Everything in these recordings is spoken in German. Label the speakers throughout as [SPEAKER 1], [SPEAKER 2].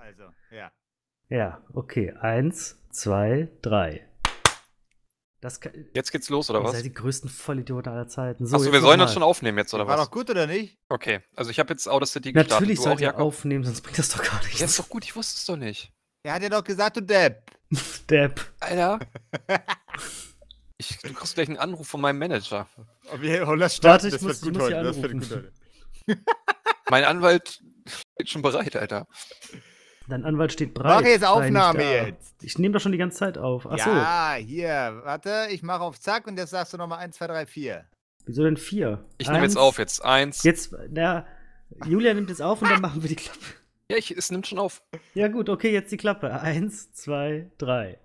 [SPEAKER 1] Also, ja.
[SPEAKER 2] Ja, okay. Eins, zwei, drei. Das kann,
[SPEAKER 3] Jetzt geht's los, oder
[SPEAKER 2] ihr
[SPEAKER 3] was?
[SPEAKER 2] seid die größten Vollidioten aller Zeiten. So,
[SPEAKER 3] Achso,
[SPEAKER 2] jetzt
[SPEAKER 3] wir
[SPEAKER 2] noch
[SPEAKER 3] sollen
[SPEAKER 2] mal.
[SPEAKER 3] das schon aufnehmen jetzt, oder
[SPEAKER 1] War
[SPEAKER 3] was?
[SPEAKER 1] doch gut, oder nicht?
[SPEAKER 3] Okay, also ich habe jetzt Outer City gestartet.
[SPEAKER 2] Natürlich
[SPEAKER 3] du
[SPEAKER 2] sollt
[SPEAKER 3] auch,
[SPEAKER 2] ihr
[SPEAKER 3] Jakob.
[SPEAKER 2] aufnehmen, sonst bringt das doch gar nichts.
[SPEAKER 3] Ja, ist doch gut, ich wusste es doch nicht.
[SPEAKER 1] Er hat ja doch gesagt, du Depp.
[SPEAKER 2] Depp.
[SPEAKER 3] Alter. Ich, du kriegst gleich einen Anruf von meinem Manager.
[SPEAKER 1] Oh, wir- oh, lass starten,
[SPEAKER 2] Warte, ich
[SPEAKER 1] das
[SPEAKER 2] muss-
[SPEAKER 1] wird gut
[SPEAKER 2] ich muss hier
[SPEAKER 1] heute, das wird
[SPEAKER 2] anrufen.
[SPEAKER 1] gut heute.
[SPEAKER 3] Mein Anwalt steht schon bereit, Alter.
[SPEAKER 2] Dein Anwalt steht bereit.
[SPEAKER 1] Mach jetzt
[SPEAKER 2] sei nicht
[SPEAKER 1] Aufnahme
[SPEAKER 2] da.
[SPEAKER 1] jetzt.
[SPEAKER 2] Ich nehme doch schon die ganze Zeit auf. Achso,
[SPEAKER 1] Ja, hier, warte, ich mache auf Zack und jetzt sagst du nochmal 1, 2, 3, 4.
[SPEAKER 2] wieso denn vier?
[SPEAKER 3] Ich nehme jetzt
[SPEAKER 2] Eins.
[SPEAKER 3] auf jetzt. Eins.
[SPEAKER 2] Jetzt, na, Julia nimmt jetzt auf und dann machen wir die Klappe.
[SPEAKER 3] Ja, ich, es nimmt schon auf.
[SPEAKER 2] Ja, gut, okay, jetzt die Klappe. Eins, zwei, drei.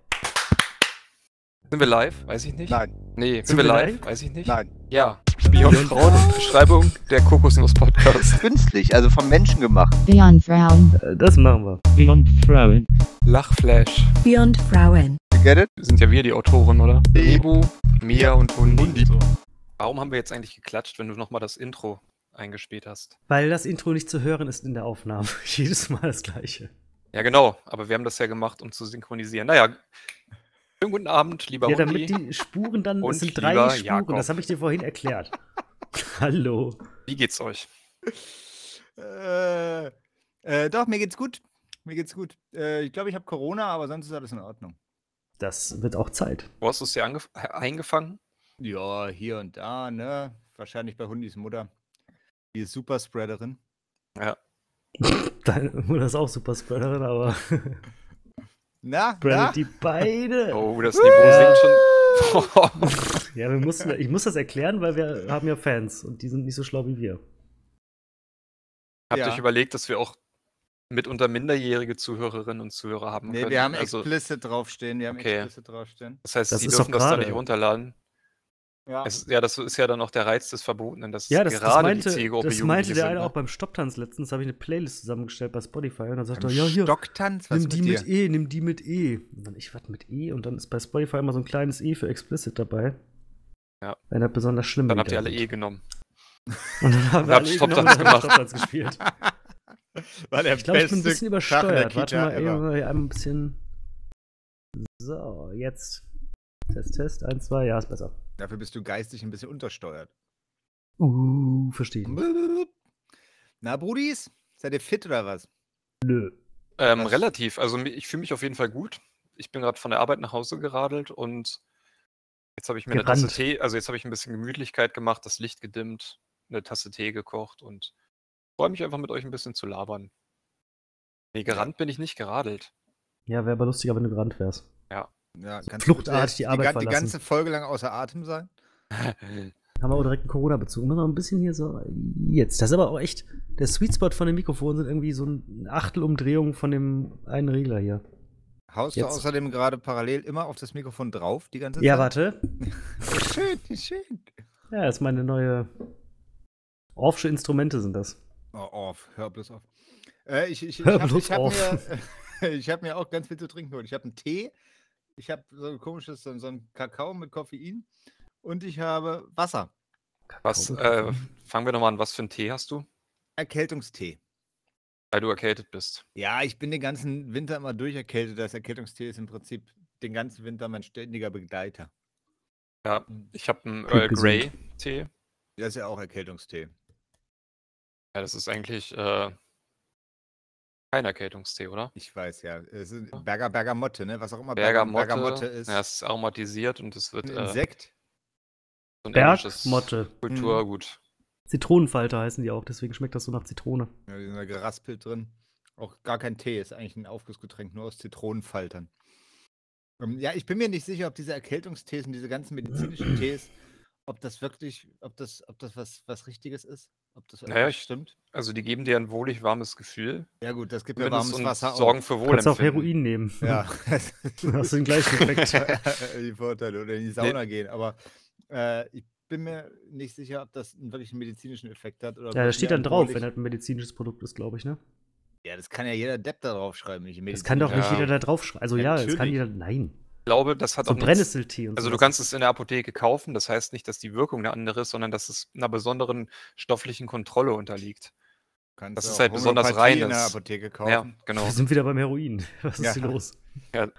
[SPEAKER 3] Sind wir live? Weiß ich nicht.
[SPEAKER 4] Nein,
[SPEAKER 3] Nee, sind,
[SPEAKER 2] Sind
[SPEAKER 3] wir
[SPEAKER 2] wir
[SPEAKER 3] live?
[SPEAKER 2] live?
[SPEAKER 3] Weiß ich nicht.
[SPEAKER 4] nein.
[SPEAKER 3] Ja. Beyond Frauen, Beschreibung der Kokosnuss-Podcast.
[SPEAKER 4] Künstlich, also vom Menschen gemacht.
[SPEAKER 5] Beyond Frauen.
[SPEAKER 2] Äh, Das machen wir.
[SPEAKER 6] Beyond Frauen.
[SPEAKER 3] Lachflash.
[SPEAKER 7] Beyond Frauen.
[SPEAKER 4] You Get it?
[SPEAKER 3] Sind ja wir die Autoren, oder?
[SPEAKER 4] Nee.
[SPEAKER 3] Ibu, Mia und Hundi. Warum haben wir jetzt eigentlich geklatscht, wenn du nochmal das Intro eingespielt hast?
[SPEAKER 2] Weil das Intro nicht zu hören ist in der Aufnahme. Jedes Mal das gleiche.
[SPEAKER 3] Ja, genau. Aber wir haben das ja gemacht, um zu synchronisieren. Naja. Schönen guten Abend, lieber
[SPEAKER 2] Ja,
[SPEAKER 3] Hundi.
[SPEAKER 2] damit die Spuren dann.
[SPEAKER 3] Und
[SPEAKER 2] Es sind drei
[SPEAKER 3] lieber
[SPEAKER 2] Spuren,
[SPEAKER 3] Jakob.
[SPEAKER 2] das habe ich dir vorhin erklärt. Hallo.
[SPEAKER 3] Wie geht's euch?
[SPEAKER 1] Äh, äh, doch, mir geht's gut. Mir geht's gut. Äh, ich glaube, ich habe Corona, aber sonst ist alles in Ordnung.
[SPEAKER 2] Das wird auch Zeit.
[SPEAKER 3] Wo hast du es dir angef- äh, eingefangen?
[SPEAKER 1] Ja, hier und da, ne? Wahrscheinlich bei Hundis Mutter. Die ist Superspreaderin.
[SPEAKER 2] Deine Mutter ist auch super Spreaderin, aber
[SPEAKER 1] Na,
[SPEAKER 2] Brandon,
[SPEAKER 1] na?
[SPEAKER 2] die beide.
[SPEAKER 3] Oh, das Niveau sinkt schon.
[SPEAKER 2] Ja, wir mussten, ich muss das erklären, weil wir haben ja Fans und die sind nicht so schlau wie wir.
[SPEAKER 3] Habt ihr
[SPEAKER 1] Ja.
[SPEAKER 3] euch überlegt, dass wir auch mitunter minderjährige Zuhörerinnen und Zuhörer haben
[SPEAKER 1] Nee,
[SPEAKER 3] können?
[SPEAKER 1] wir haben
[SPEAKER 3] also,
[SPEAKER 1] explicit draufstehen. Wir haben
[SPEAKER 3] Okay.
[SPEAKER 1] explicit draufstehen.
[SPEAKER 3] das heißt,
[SPEAKER 2] Das
[SPEAKER 3] sie
[SPEAKER 2] ist
[SPEAKER 3] dürfen
[SPEAKER 2] doch
[SPEAKER 3] das da nicht
[SPEAKER 2] gerade.
[SPEAKER 3] runterladen.
[SPEAKER 1] Ja.
[SPEAKER 3] Es, ist- ja, das ist ja dann auch der Reiz des Verbotenen, dass
[SPEAKER 2] Ja, das,
[SPEAKER 3] gerade
[SPEAKER 2] das meinte,
[SPEAKER 3] die Zielgruppe
[SPEAKER 2] das
[SPEAKER 3] Jugendliche
[SPEAKER 2] meinte der
[SPEAKER 3] sind.
[SPEAKER 2] eine
[SPEAKER 3] ne?
[SPEAKER 2] auch beim Stopptanz letztens. habe ich eine Playlist zusammengestellt bei Spotify und dann sagt
[SPEAKER 1] Beim
[SPEAKER 2] er, ja, hier,
[SPEAKER 1] Stocktanz, was
[SPEAKER 2] nimm die
[SPEAKER 1] dir?
[SPEAKER 2] mit E, nimm die mit E. Und dann ich, was mit E? Und dann ist bei Spotify immer so ein kleines E für explicit dabei.
[SPEAKER 3] Ja.
[SPEAKER 2] Wenn das besonders schlimm
[SPEAKER 3] Dann
[SPEAKER 2] wenn
[SPEAKER 3] habt
[SPEAKER 2] die
[SPEAKER 3] ihr
[SPEAKER 2] da
[SPEAKER 3] alle
[SPEAKER 2] sind.
[SPEAKER 3] eh genommen.
[SPEAKER 2] Und dann haben wir
[SPEAKER 3] Dann
[SPEAKER 2] alle
[SPEAKER 3] habt ihr
[SPEAKER 2] genommen und
[SPEAKER 3] Stopptanz
[SPEAKER 2] haben
[SPEAKER 3] gemacht.
[SPEAKER 2] Stopptanz gespielt.
[SPEAKER 1] War der
[SPEAKER 2] Ich glaube, ich bin ein
[SPEAKER 1] beste
[SPEAKER 2] bisschen
[SPEAKER 1] Krach in der
[SPEAKER 2] übersteuert. Warte
[SPEAKER 1] Kita
[SPEAKER 2] mal,
[SPEAKER 1] ever.
[SPEAKER 2] eben, einmal ein bisschen. So, jetzt. Test, Test. Eins, zwei. Ja, ist besser.
[SPEAKER 1] Dafür bist du geistig ein bisschen untersteuert.
[SPEAKER 2] Uh, verstehe.
[SPEAKER 1] Na, Brudis, seid ihr fit oder was?
[SPEAKER 2] Nö.
[SPEAKER 3] Ähm,
[SPEAKER 1] Was?
[SPEAKER 3] relativ. Also mi- ich fühle mich auf jeden Fall gut. Ich bin gerade von der Arbeit nach Hause geradelt und jetzt habe ich mir eine
[SPEAKER 2] Gerannt.
[SPEAKER 3] Tasse Tee, also jetzt habe ich ein bisschen Gemütlichkeit gemacht, das Licht gedimmt, eine Tasse Tee gekocht und freue mich einfach mit euch ein bisschen zu labern. Nee, gerannt bin ich nicht geradelt.
[SPEAKER 2] Ja, wäre aber lustiger, wenn du gerannt wärst.
[SPEAKER 1] Ja,
[SPEAKER 2] So
[SPEAKER 1] kannst du bitte
[SPEAKER 2] fluchtartig
[SPEAKER 1] jetzt
[SPEAKER 2] die Arbeit
[SPEAKER 1] gan- die
[SPEAKER 2] verlassen.
[SPEAKER 1] ganze Folge lang außer Atem sein?
[SPEAKER 2] Haben wir auch direkt einen Corona-Bezug. Muss noch ein bisschen hier so. Jetzt. Das ist aber auch echt. Der Sweet Spot von dem Mikrofon sind irgendwie so ein Achtelumdrehung von dem einen Regler hier.
[SPEAKER 1] Haust du
[SPEAKER 2] Jetzt.
[SPEAKER 1] außerdem gerade parallel immer auf das Mikrofon drauf, die ganze Zeit?
[SPEAKER 2] Ja, warte.
[SPEAKER 1] Schön, schön.
[SPEAKER 2] Ja, das ist meine neue. Orffsche Instrumente sind das.
[SPEAKER 1] Oh, auf, hör bloß auf. Äh, ich ich, ich
[SPEAKER 2] Hör
[SPEAKER 1] habe
[SPEAKER 2] bloß
[SPEAKER 1] hab
[SPEAKER 2] auf.
[SPEAKER 1] mir, ich hab mir auch ganz viel zu trinken geholt. Ich habe einen Tee, ich habe so ein komisches, so, so ein Kakao mit Koffein und ich habe Wasser,
[SPEAKER 3] Was, äh, fangen wir nochmal an, was für einen Tee hast du?
[SPEAKER 1] Erkältungstee.
[SPEAKER 3] Weil du erkältet bist.
[SPEAKER 1] Ja, ich bin den ganzen Winter immer durcherkältet. Das Erkältungstee ist im Prinzip den ganzen Winter mein ständiger Begleiter.
[SPEAKER 3] Ja, ich habe einen Earl
[SPEAKER 2] gesund.
[SPEAKER 3] Grey Tee.
[SPEAKER 1] Das ist ja auch Erkältungstee.
[SPEAKER 3] Ja, das ist eigentlich äh, kein Erkältungstee, oder?
[SPEAKER 1] Ich weiß ja. Es ist Berger, Bergamotte, ne? Was auch immer Berger-
[SPEAKER 3] Bergamotte,
[SPEAKER 1] Bergamotte ist.
[SPEAKER 3] Ja, es ist aromatisiert und es wird
[SPEAKER 1] ein
[SPEAKER 3] äh,
[SPEAKER 1] Insekt.
[SPEAKER 3] so ein englisches
[SPEAKER 2] Bergmotte. Mhm.
[SPEAKER 3] Kulturgut.
[SPEAKER 2] Zitronenfalter heißen die auch, deswegen schmeckt das so nach Zitrone.
[SPEAKER 1] Ja, die sind da geraspelt drin. Auch gar kein Tee, ist eigentlich ein Aufgussgetränk, nur aus Zitronenfaltern. Ähm, ja, ich bin mir nicht sicher, ob diese Erkältungstees und diese ganzen medizinischen Tees, ob das wirklich, ob das, ob das was, was Richtiges ist. Ob das
[SPEAKER 3] Naja,
[SPEAKER 1] irgendwas
[SPEAKER 3] ich-
[SPEAKER 1] stimmt.
[SPEAKER 3] Also die geben dir ein wohlig warmes Gefühl.
[SPEAKER 1] Ja, gut, das gibt mir
[SPEAKER 3] zumindest,
[SPEAKER 1] warmes
[SPEAKER 3] und
[SPEAKER 1] Wasser
[SPEAKER 3] sorgen
[SPEAKER 1] auch.
[SPEAKER 3] für
[SPEAKER 2] Kannst du
[SPEAKER 3] Wohlempfinden.
[SPEAKER 2] auch Heroin nehmen.
[SPEAKER 1] Ja.
[SPEAKER 2] Dann hast du den gleichen Effekt.
[SPEAKER 1] die Vorteile oder in die Sauna gehen, aber äh, ich bin mir nicht sicher, ob das einen wirklichen medizinischen Effekt hat. Oder ob
[SPEAKER 2] Ja, da
[SPEAKER 1] das
[SPEAKER 2] steht
[SPEAKER 1] mir
[SPEAKER 2] dann drauf,
[SPEAKER 1] angeblich-
[SPEAKER 2] wenn das ein medizinisches Produkt ist, glaube ich, ne?
[SPEAKER 1] Ja, das kann ja jeder Depp da drauf schreiben. Nicht
[SPEAKER 2] Das kann doch nicht
[SPEAKER 3] Ja.
[SPEAKER 2] jeder da drauf schreiben. Also ja, das kann
[SPEAKER 1] Natürlich.
[SPEAKER 2] jeder. Nein.
[SPEAKER 3] Ich glaube, das hat
[SPEAKER 2] So
[SPEAKER 3] auch nichts,
[SPEAKER 2] Brennnesseltee und so.
[SPEAKER 3] Also du kannst es in der Apotheke kaufen, das heißt nicht, dass die Wirkung eine andere ist, sondern dass es einer besonderen stofflichen Kontrolle unterliegt.
[SPEAKER 1] Kannst
[SPEAKER 3] Das
[SPEAKER 1] du
[SPEAKER 3] ist
[SPEAKER 1] auch
[SPEAKER 3] halt besonders
[SPEAKER 1] Homöopathie in der
[SPEAKER 3] reines.
[SPEAKER 1] Apotheke
[SPEAKER 3] Ja,
[SPEAKER 1] kaufen.
[SPEAKER 3] genau.
[SPEAKER 2] Wir sind wieder beim Heroin. Was
[SPEAKER 1] Ja.
[SPEAKER 2] ist hier los?
[SPEAKER 1] Heute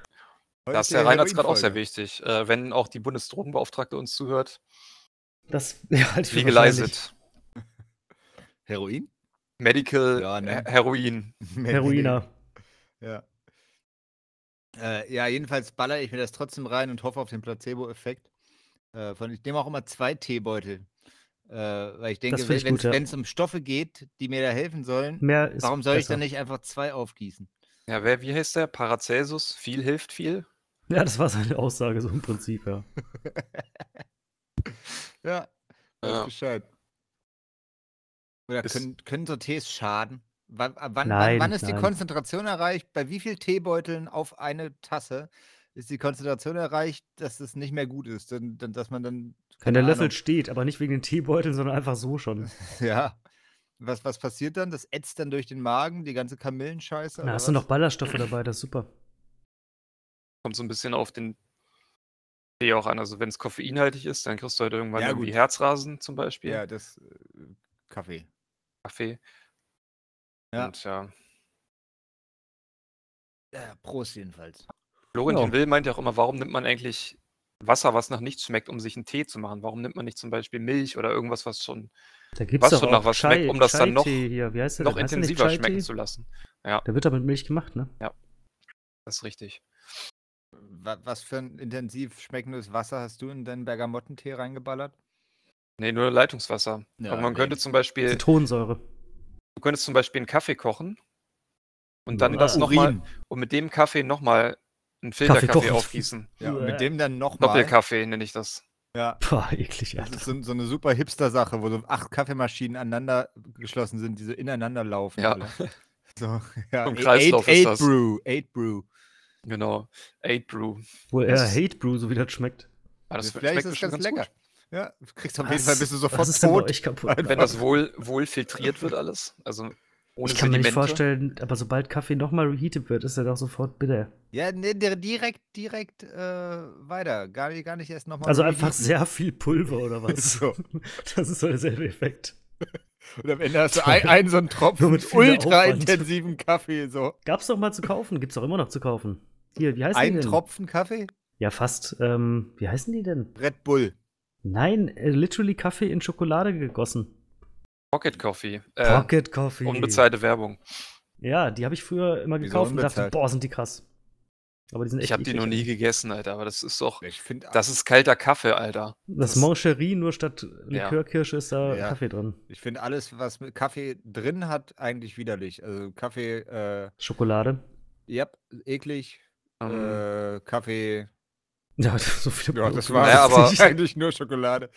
[SPEAKER 3] Da ist
[SPEAKER 1] die
[SPEAKER 3] der Reinhardt gerade auch sehr
[SPEAKER 1] Heroin-Folge.
[SPEAKER 3] wichtig. Äh, wenn auch die Bundesdrogenbeauftragte uns zuhört,
[SPEAKER 2] Das ja, halt
[SPEAKER 3] legalized.
[SPEAKER 1] Heroin?
[SPEAKER 3] Medical
[SPEAKER 1] Ja, ne?
[SPEAKER 3] He- Heroin.
[SPEAKER 2] Heroiner.
[SPEAKER 1] Ja. Äh, ja, jedenfalls baller ich mir das trotzdem rein und hoffe auf den Placebo-Effekt. Äh, von- ich nehme auch immer zwei Teebeutel. Äh, weil ich denke,
[SPEAKER 2] finde ich gut, ja.
[SPEAKER 1] wenn es um Stoffe geht, die mir da helfen sollen,
[SPEAKER 2] Mehr ist
[SPEAKER 1] warum soll ich
[SPEAKER 2] besser.
[SPEAKER 1] dann nicht einfach zwei aufgießen?
[SPEAKER 3] Ja, wer, wie heißt der? Paracelsus? Viel hilft viel.
[SPEAKER 2] Ja, das war seine Aussage so im Prinzip, ja.
[SPEAKER 1] Ja, weiß
[SPEAKER 3] Ja.
[SPEAKER 1] Bescheid. Oder
[SPEAKER 3] Ist-
[SPEAKER 1] können, können so Tees schaden? Wann, ab wann,
[SPEAKER 2] Nein,
[SPEAKER 1] wann, wann ist die
[SPEAKER 2] nein.
[SPEAKER 1] Konzentration erreicht? Bei wie vielen Teebeuteln auf eine Tasse ist die Konzentration erreicht, dass es nicht mehr gut ist? Denn, denn, dass man dann.
[SPEAKER 2] Wenn
[SPEAKER 1] keine
[SPEAKER 2] der Löffel
[SPEAKER 1] Ahnung,
[SPEAKER 2] steht, aber nicht wegen den Teebeuteln, sondern einfach so schon.
[SPEAKER 1] Ja. Was, was passiert dann? Das ätzt dann durch den Magen, die ganze Kamillenscheiße.
[SPEAKER 2] Na,
[SPEAKER 1] oder
[SPEAKER 2] hast du
[SPEAKER 1] was?
[SPEAKER 2] noch Ballaststoffe dabei, das ist super.
[SPEAKER 3] Kommt so ein bisschen auf den Tee auch an. Also wenn es koffeinhaltig ist, dann kriegst du halt irgendwann
[SPEAKER 1] Ja,
[SPEAKER 3] irgendwie
[SPEAKER 1] gut.
[SPEAKER 3] Herzrasen zum Beispiel.
[SPEAKER 1] Ja, das äh, Kaffee.
[SPEAKER 3] Kaffee.
[SPEAKER 1] Ja.
[SPEAKER 3] Und ja.
[SPEAKER 1] Ja, Prost jedenfalls.
[SPEAKER 3] Florentin
[SPEAKER 2] Ja.
[SPEAKER 3] Will meint ja auch immer, warum nimmt man eigentlich Wasser, was nach nichts schmeckt, um sich einen Tee zu machen? Warum nimmt man nicht zum Beispiel Milch oder irgendwas, was schon
[SPEAKER 2] Da gibt's
[SPEAKER 3] Was
[SPEAKER 2] doch
[SPEAKER 3] schon
[SPEAKER 2] auch
[SPEAKER 3] nach was
[SPEAKER 2] Chai,
[SPEAKER 3] schmeckt, um das dann noch-
[SPEAKER 2] Chai-Tee hier. Wie heißt der
[SPEAKER 3] noch
[SPEAKER 2] denn? Heißt der nicht
[SPEAKER 3] intensiver
[SPEAKER 2] Chai-Tee?
[SPEAKER 3] schmecken zu lassen?
[SPEAKER 2] Der wird aber mit Milch gemacht, ne?
[SPEAKER 3] Das ist richtig.
[SPEAKER 1] Wa- Was für ein intensiv schmeckendes Wasser hast du in deinen Bergamottentee reingeballert?
[SPEAKER 3] Nee, nur Leitungswasser.
[SPEAKER 1] Ja,
[SPEAKER 3] Aber man
[SPEAKER 1] nee.
[SPEAKER 3] könnte zum
[SPEAKER 2] Äh,
[SPEAKER 3] Beispiel,
[SPEAKER 2] Zitronensäure.
[SPEAKER 3] du könntest zum Beispiel einen Kaffee kochen und dann
[SPEAKER 2] Ah.
[SPEAKER 3] das nochmal
[SPEAKER 1] Urin.
[SPEAKER 3] und mit dem Kaffee nochmal einen
[SPEAKER 2] Kaffee
[SPEAKER 3] Filterkaffee
[SPEAKER 2] kochen.
[SPEAKER 3] aufgießen.
[SPEAKER 1] Ja, und
[SPEAKER 2] Uah.
[SPEAKER 1] mit dem dann nochmal.
[SPEAKER 3] Doppelkaffee nenne ich das.
[SPEAKER 1] Ja,
[SPEAKER 2] Boah, eklig,
[SPEAKER 1] das
[SPEAKER 2] Alter.
[SPEAKER 1] ist so, so eine super Hipster-Sache, wo so acht Kaffeemaschinen aneinander geschlossen sind, die so ineinander laufen.
[SPEAKER 3] Ja.
[SPEAKER 1] alle. So, ja.
[SPEAKER 3] So ein
[SPEAKER 1] e-
[SPEAKER 3] Kreislauf
[SPEAKER 1] eight,
[SPEAKER 3] ist
[SPEAKER 1] eight
[SPEAKER 3] das.
[SPEAKER 1] Brew, eight Brew.
[SPEAKER 3] Genau. Eight Brew.
[SPEAKER 2] Wohl eher
[SPEAKER 3] das-
[SPEAKER 2] Hate Brew, so wie das schmeckt.
[SPEAKER 3] Ja,
[SPEAKER 1] Ja,
[SPEAKER 3] das
[SPEAKER 1] vielleicht
[SPEAKER 3] schmeckt
[SPEAKER 1] ist es
[SPEAKER 3] bestimmt
[SPEAKER 1] ganz
[SPEAKER 3] ganz
[SPEAKER 1] lecker.
[SPEAKER 3] gut.
[SPEAKER 1] Ja, kriegst auf jeden Fall bist du sofort
[SPEAKER 2] Was ist denn bei
[SPEAKER 1] tot.
[SPEAKER 2] euch kaputt?
[SPEAKER 1] Einfach.
[SPEAKER 3] Wenn das wohl, wohl filtriert wird alles, also ohne
[SPEAKER 2] Ich kann mir nicht
[SPEAKER 3] Sedimente.
[SPEAKER 2] vorstellen, aber sobald Kaffee nochmal reheated wird, ist er doch sofort bitter.
[SPEAKER 1] Ja, nee, der- direkt, direkt äh, weiter. Gar, nicht- gar nicht erst nochmal.
[SPEAKER 2] Also einfach sehr viel Pulver oder was?
[SPEAKER 1] So.
[SPEAKER 2] Das ist so derselbe Effekt.
[SPEAKER 1] Und am Ende hast du ein, einen so einen
[SPEAKER 2] Nur
[SPEAKER 1] Tropfen
[SPEAKER 2] mit viel
[SPEAKER 1] ultra
[SPEAKER 2] Aufwand.
[SPEAKER 1] intensiven Kaffee. So.
[SPEAKER 2] Gab's doch mal zu kaufen, gibt's auch immer noch zu kaufen. Hier, wie heißen die
[SPEAKER 1] Ein
[SPEAKER 2] denn?
[SPEAKER 1] Tropfen Kaffee?
[SPEAKER 2] Ja, fast. Ähm, wie heißen die denn?
[SPEAKER 1] Red Bull.
[SPEAKER 2] Nein, äh, literally Kaffee in Schokolade gegossen.
[SPEAKER 3] Pocket Coffee. Äh,
[SPEAKER 2] Pocket Coffee.
[SPEAKER 3] unbezahlte Werbung.
[SPEAKER 2] Ja, die habe ich früher immer
[SPEAKER 1] Wieso
[SPEAKER 2] gekauft und dachte,
[SPEAKER 1] unbezahlt?
[SPEAKER 2] boah, sind die krass. Aber die sind echt
[SPEAKER 3] Ich habe die
[SPEAKER 2] eklig,
[SPEAKER 3] noch nie
[SPEAKER 2] Alter.
[SPEAKER 3] gegessen, Alter, aber das ist doch.
[SPEAKER 1] Ich finde
[SPEAKER 3] Das ist kalter Kaffee, Alter.
[SPEAKER 2] Das Mancherie nur statt
[SPEAKER 3] Ja.
[SPEAKER 2] Likörkirsche ist da
[SPEAKER 1] Ja.
[SPEAKER 2] Kaffee drin.
[SPEAKER 1] Ich finde alles, was mit Kaffee drin hat, eigentlich widerlich. Also Kaffee, äh,
[SPEAKER 2] Schokolade.
[SPEAKER 1] ja, eklig.
[SPEAKER 3] Ähm,
[SPEAKER 1] Äh, Kaffee.
[SPEAKER 2] Ja, so viele
[SPEAKER 1] Ja, das
[SPEAKER 2] Produkte.
[SPEAKER 1] war
[SPEAKER 3] Ja, aber-
[SPEAKER 1] eigentlich nur Schokolade.